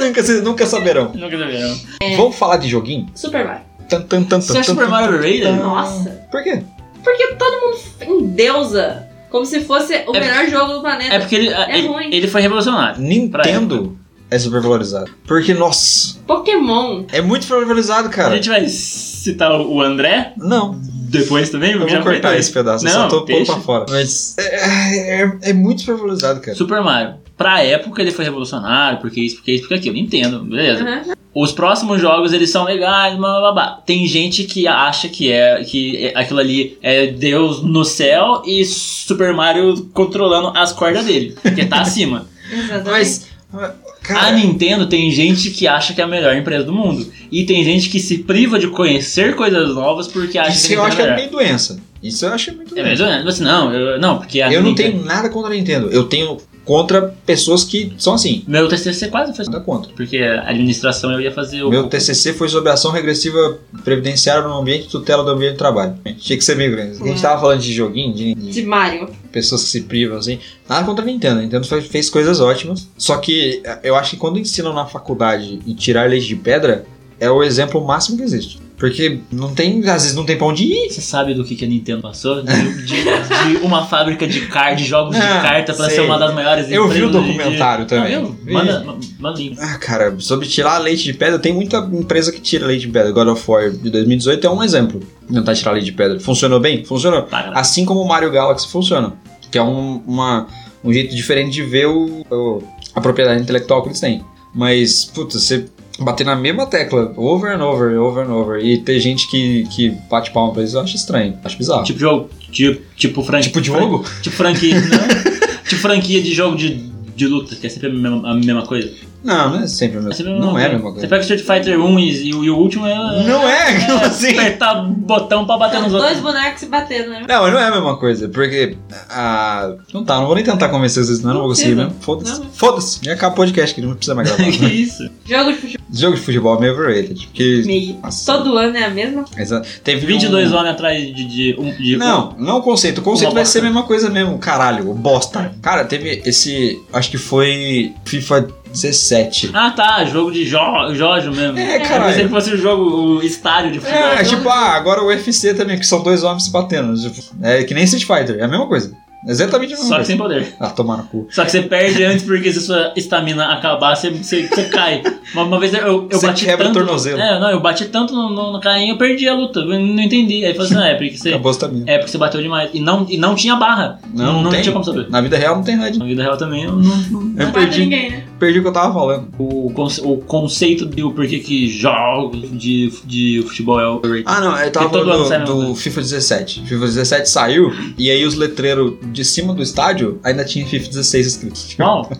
A: nunca, vocês nunca saberão.
C: Nunca saberão.
E: É.
A: Vamos falar de joguinho?
E: Super Mario.
A: Tan, tan, tan,
C: Você
A: tan,
C: acha
A: tan,
C: é
A: tan.
C: Super Mario Raider?
E: Nossa.
A: Por quê?
E: Porque todo mundo endeusa. Como se fosse o
C: É-
E: melhor jogo do planeta.
C: É porque ele,
E: É
C: ele,
E: ruim.
C: ele foi revolucionário.
A: Nintendo é supervalorizado. Porque, nossa,
E: Pokémon.
A: é muito supervalorizado,
C: A
A: cara.
C: gente vai citar o André
A: Não,
C: depois também,
A: eu
C: porque
A: vou
C: já foi
A: cortar
C: dois.
A: esse pedaço, eu
C: Não,
A: só tô pondo
C: deixa.
A: pra fora. Mas é, é- é muito supervalorizado, cara.
C: Super Mario. Pra época ele foi revolucionário, porque isso, porque isso, porque aquilo. Entendo, beleza.
E: Aham.
C: Os próximos jogos eles são legais, blá, blá, blá. Tem gente que acha que é que é- aquilo ali é Deus no céu e Super Mario controlando as cordas dele, que tá acima.
E: Exatamente.
A: Mas,
C: A
A: cara,
C: Ah, Nintendo tem gente que acha que é a melhor empresa do mundo e tem gente que se priva de conhecer coisas novas porque acha
A: isso
C: que
A: eu
C: a
A: acho
C: Nintendo
A: que
C: é
A: é
C: melhor.
A: meio doença. Isso eu acho muito
C: É
A: doença.
C: mesmo, né? Você não, eu, não, porque a
A: Eu não
C: Nintendo-
A: tenho nada contra a Nintendo. Eu tenho contra pessoas que são assim.
C: Meu TCC quase foi
A: Nada contra.
C: porque a administração eu ia fazer o
A: Meu TCC foi sobre ação regressiva previdenciária no ambiente de tutela do ambiente de trabalho. Tinha que ser meio grande. A gente tava falando de joguinho, de, de
E: De Mario.
A: pessoas que se privam, assim. Nada contra a Nintendo. A Nintendo fez, fez coisas ótimas. Só que eh, eu acho que quando ensinam na faculdade e tirar leite de pedra, é o exemplo máximo que existe. Porque não tem, às vezes não tem pra onde ir.
C: Você sabe do que, que a Nintendo passou? De, de- de uma fábrica de card, de jogos de
A: Ah,
C: carta pra
A: sei.
C: ser uma das maiores
A: Eu vi o
C: empresas de-
A: documentário
C: de- Ah,
A: também.
C: viu?
A: Vi.
C: Manda, ma- manda link.
A: Ah, cara, sobre tirar leite de pedra, tem muita empresa que tira leite de pedra. God of War de 2018 é um exemplo. Tentar tirar leite de pedra. Funcionou bem? Funcionou.
C: Para.
A: Assim como o Mario Galaxy funciona. Que é um, uma- um jeito diferente de ver o, o- a propriedade intelectual que eles têm. Mas, puta, você bater na mesma tecla, over and over, over and over, e ter gente que, que bate palma pra isso, eu acho estranho, acho bizarro. Tipo,
C: Tipo jogo. Tipo, tipo franquia.
A: tipo jogo?
C: Tipo franquia. não. tipo franquia de jogo de, de luta, que é sempre a mesma, a mesma coisa.
A: Não, não é sempre a
C: É sempre
A: mesma Não é a mesma coisa.
C: Você pega o Street Fighter 1 e, e o, e o último é.
A: Não é, como assim?
C: Apertar botão pra bater
E: São
C: nos
E: dois
C: outros.
E: bonecos se batendo, né?
A: Não, mas não é a mesma coisa, porque. Ah, não tá, não vou nem tentar convencer vocês, não, não vou conseguir
E: Não
A: mesmo. Foda-se.
E: Não.
A: Foda-se. Já acabou o podcast, que não precisa mais gravar.
C: que isso?
E: Jogo de futebol
A: Jogo de futebol é meio overrated, porque.
E: meio.
A: Nossa,
E: Todo ano é a mesma
A: Exa- Teve
C: 22
A: um...
C: horas atrás de. de, um- de
A: Não, não o conceito. O conceito
C: Uma
A: vai
C: bosta.
A: ser
C: É.
A: a mesma coisa mesmo, caralho. o Bosta. Cara, teve esse. Acho que foi FIFA 17.
C: Ah tá, jogo de jo Jorge mesmo.
A: É,
C: Eu pensei que
A: caralho.
C: fosse o jogo, o estádio de futebol.
A: É, tipo, ah, agora o UFC também, que são dois homens se batendo. Tipo, É que nem Street Fighter, é a mesma coisa. Exatamente a mesma
C: Só que
A: coisa.
C: sem poder.
A: Ah, tomar no cu.
C: Só que você perde antes porque se sua estamina acabar, você, você, você cai. Uma, uma vez eu, eu
A: Você
C: bati
A: quebra
C: tanto.
A: o tornozelo.
C: É, não, eu bati tanto no, no, no carrinho, eu perdi a luta. Eu não entendi. Aí eu falei assim, ah, é porque você.
A: Acabou a estamina.
C: É porque você bateu demais. E não, e não tinha barra.
A: Não, não, tem.
C: tinha como saber.
A: Na vida real não tem nada.
C: Na vida real também eu não. não-
A: Eu
E: não bate
A: perdi,
E: ninguém, né?
A: perdi o que eu tava falando.
C: O, conce- o conceito do porquê que jogos de, de futebol é o
A: Ah, não, eu tava
C: Porque todo ano né? sai a
A: falando
C: mesma
A: do, do FIFA 17. FIFA 17 saiu, e aí os letreiros de cima do estádio ainda tinha FIFA 16 escrito.
C: Uau.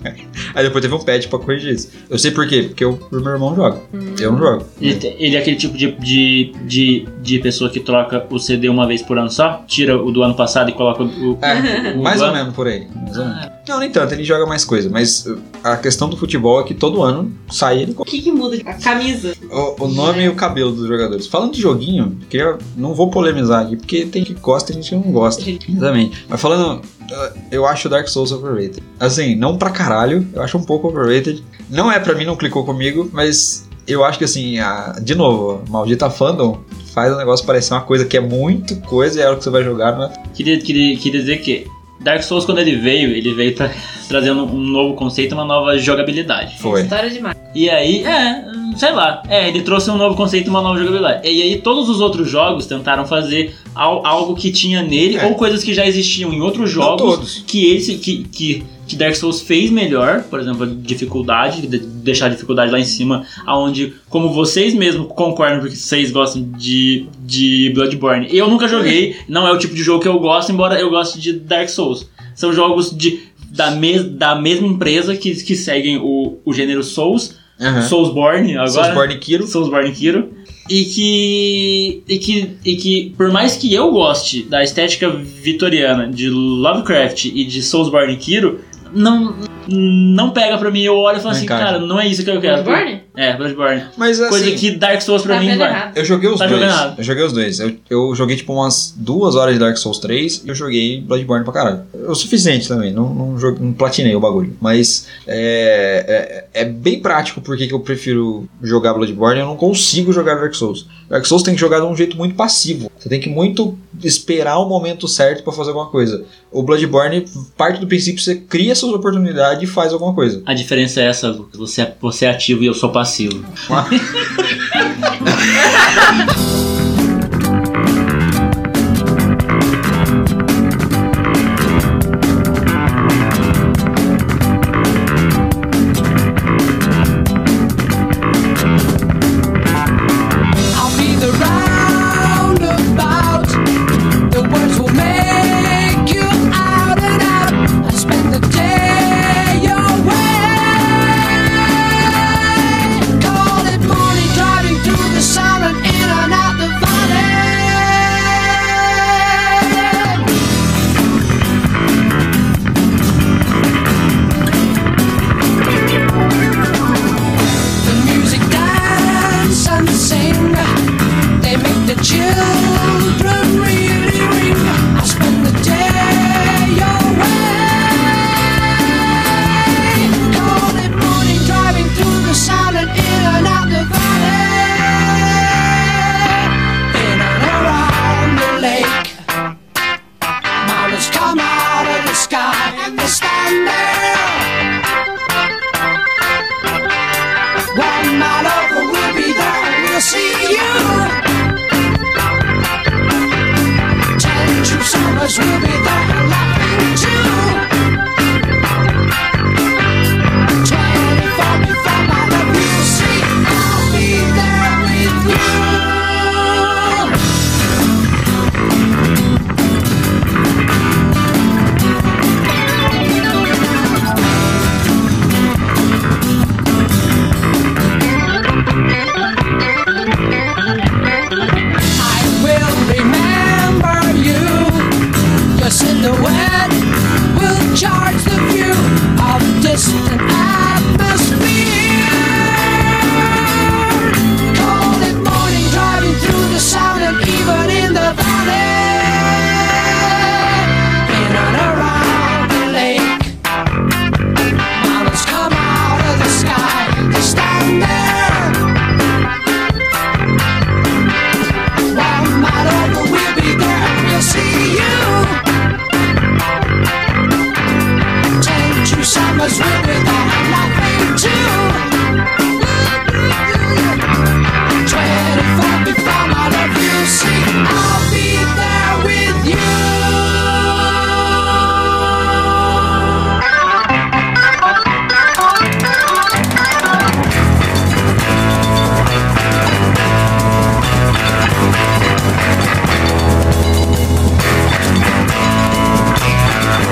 A: Aí depois teve um patch pra corrigir isso. Eu sei por quê, porque o meu irmão joga. Eu não jogo.
C: Ele, te- ele é aquele tipo de, de, de, de pessoa que troca o CD uma vez por ano só, tira o do ano passado e coloca o. o-
A: É,
C: o
A: mais ou
C: ano.
A: menos por aí. Mais ou menos. Não, nem tanto, ele joga mais coisa, mas uh, a questão do futebol é que todo ano sai ele com
E: O que que muda? A camisa.
A: o, o nome e o cabelo dos jogadores. Falando de joguinho, que eu não vou polemizar aqui, porque tem que gosta e tem gente que não gosta. Exatamente. Mas falando, uh, eu acho Dark Souls overrated. Assim, não pra caralho, eu acho um pouco overrated. Não é pra mim, não clicou comigo, mas eu acho que assim, a- de novo, a maldita fandom faz o negócio parecer uma coisa que é muito coisa e é a hora que você vai jogar, não é
C: Queria, queria, queria dizer que Dark Souls, quando ele veio, ele veio tra- trazendo um novo conceito, uma nova jogabilidade.
A: foi.
E: História demais.
C: E aí, é, sei lá. É, ele trouxe um novo conceito, uma nova jogabilidade. E aí, todos os outros jogos tentaram fazer al- algo que tinha nele,
A: É.
C: ou coisas que já existiam em outros
A: Não
C: jogos.
A: todos.
C: que esse que, que, que Dark Souls fez melhor, por exemplo, a dificuldade, de- deixar a dificuldade lá em cima, aonde, como vocês mesmos concordam, porque vocês gostam de, de Bloodborne, eu nunca joguei, não é o tipo de jogo que eu gosto, embora eu goste de Dark Souls. São jogos de, da, mes, da mesma empresa que, que seguem o, o gênero Souls,
A: Aham.
C: Soulsborne agora.
A: Soulsborne e Kiro.
C: Soulsborne Kiro. E que, e, que, e que, por mais que eu goste da estética vitoriana de Lovecraft e de Soulsborne Kiro, não, não pega pra mim. Eu olho e
A: Não
C: falo assim,
A: encaixa.
C: cara, não é isso que eu quero.
E: Bloodborne?
C: É, Bloodborne.
A: Mas assim,
C: Coisa que Dark Souls pra
E: Tá
C: mim
E: vendo
C: vai.
E: errado.
A: eu joguei os
C: Tá
A: dois.
C: jogando errado.
A: Eu joguei os dois. Eu, eu joguei tipo umas duas horas de Dark Souls 3 e eu joguei Bloodborne pra caralho. O suficiente também, não, não, jogue- não platinei o bagulho. Mas é, é, é bem prático porque que eu prefiro jogar Bloodborne eu não consigo jogar Dark Souls. Dark Souls tem que jogar de um jeito muito passivo. Você tem que muito esperar o momento certo pra fazer alguma coisa. O Bloodborne parte do princípio que você cria suas oportunidades e faz alguma coisa.
C: A diferença é essa, Lucas. Você é, você é ativo e eu sou passivo.
F: I'll be the roundabout. The words will make you out and out. I spend the day away. Call it morning, driving through the silent in and out the valley. The music dance and sing. They make the children really ring. I spend the day away. Call it morning, driving through the silent in and out the valley. In and around the lake. Mountains come out of the sky and they stand there. When my lover will be there, we'll see you. Ten true summers will be there, laughing too. Twenty-four before my love, we will see. I'll be there with you. I will remember you. Your silhouette will charge the view of distant atmosphere. Cold and morning, driving through the sound and even in the valley. In and around the lake, mountains come out of the sky. They stand there. One mile over, we'll be there. We'll see you. Ten two summers, we'll be there. Nothing to. Twenty-four before my love, you see. I'll be there with you.
C: Dark Souls.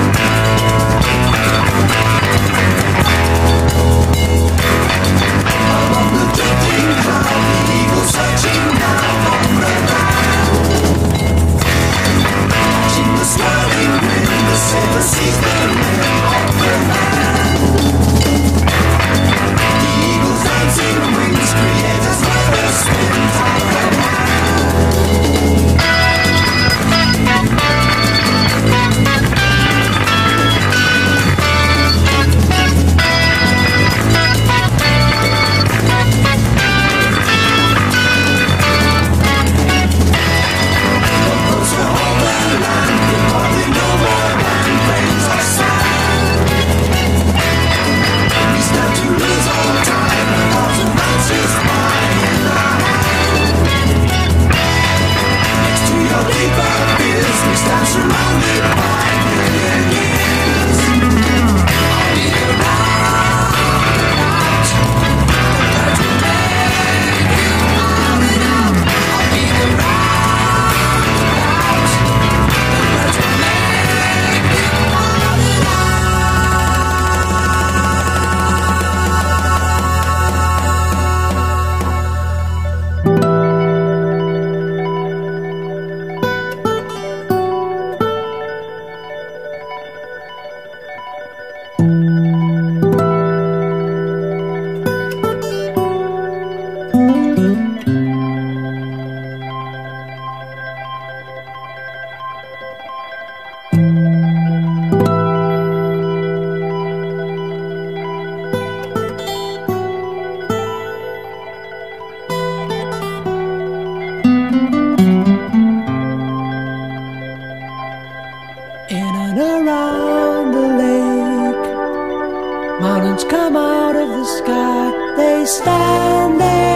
F: sky, they stand there.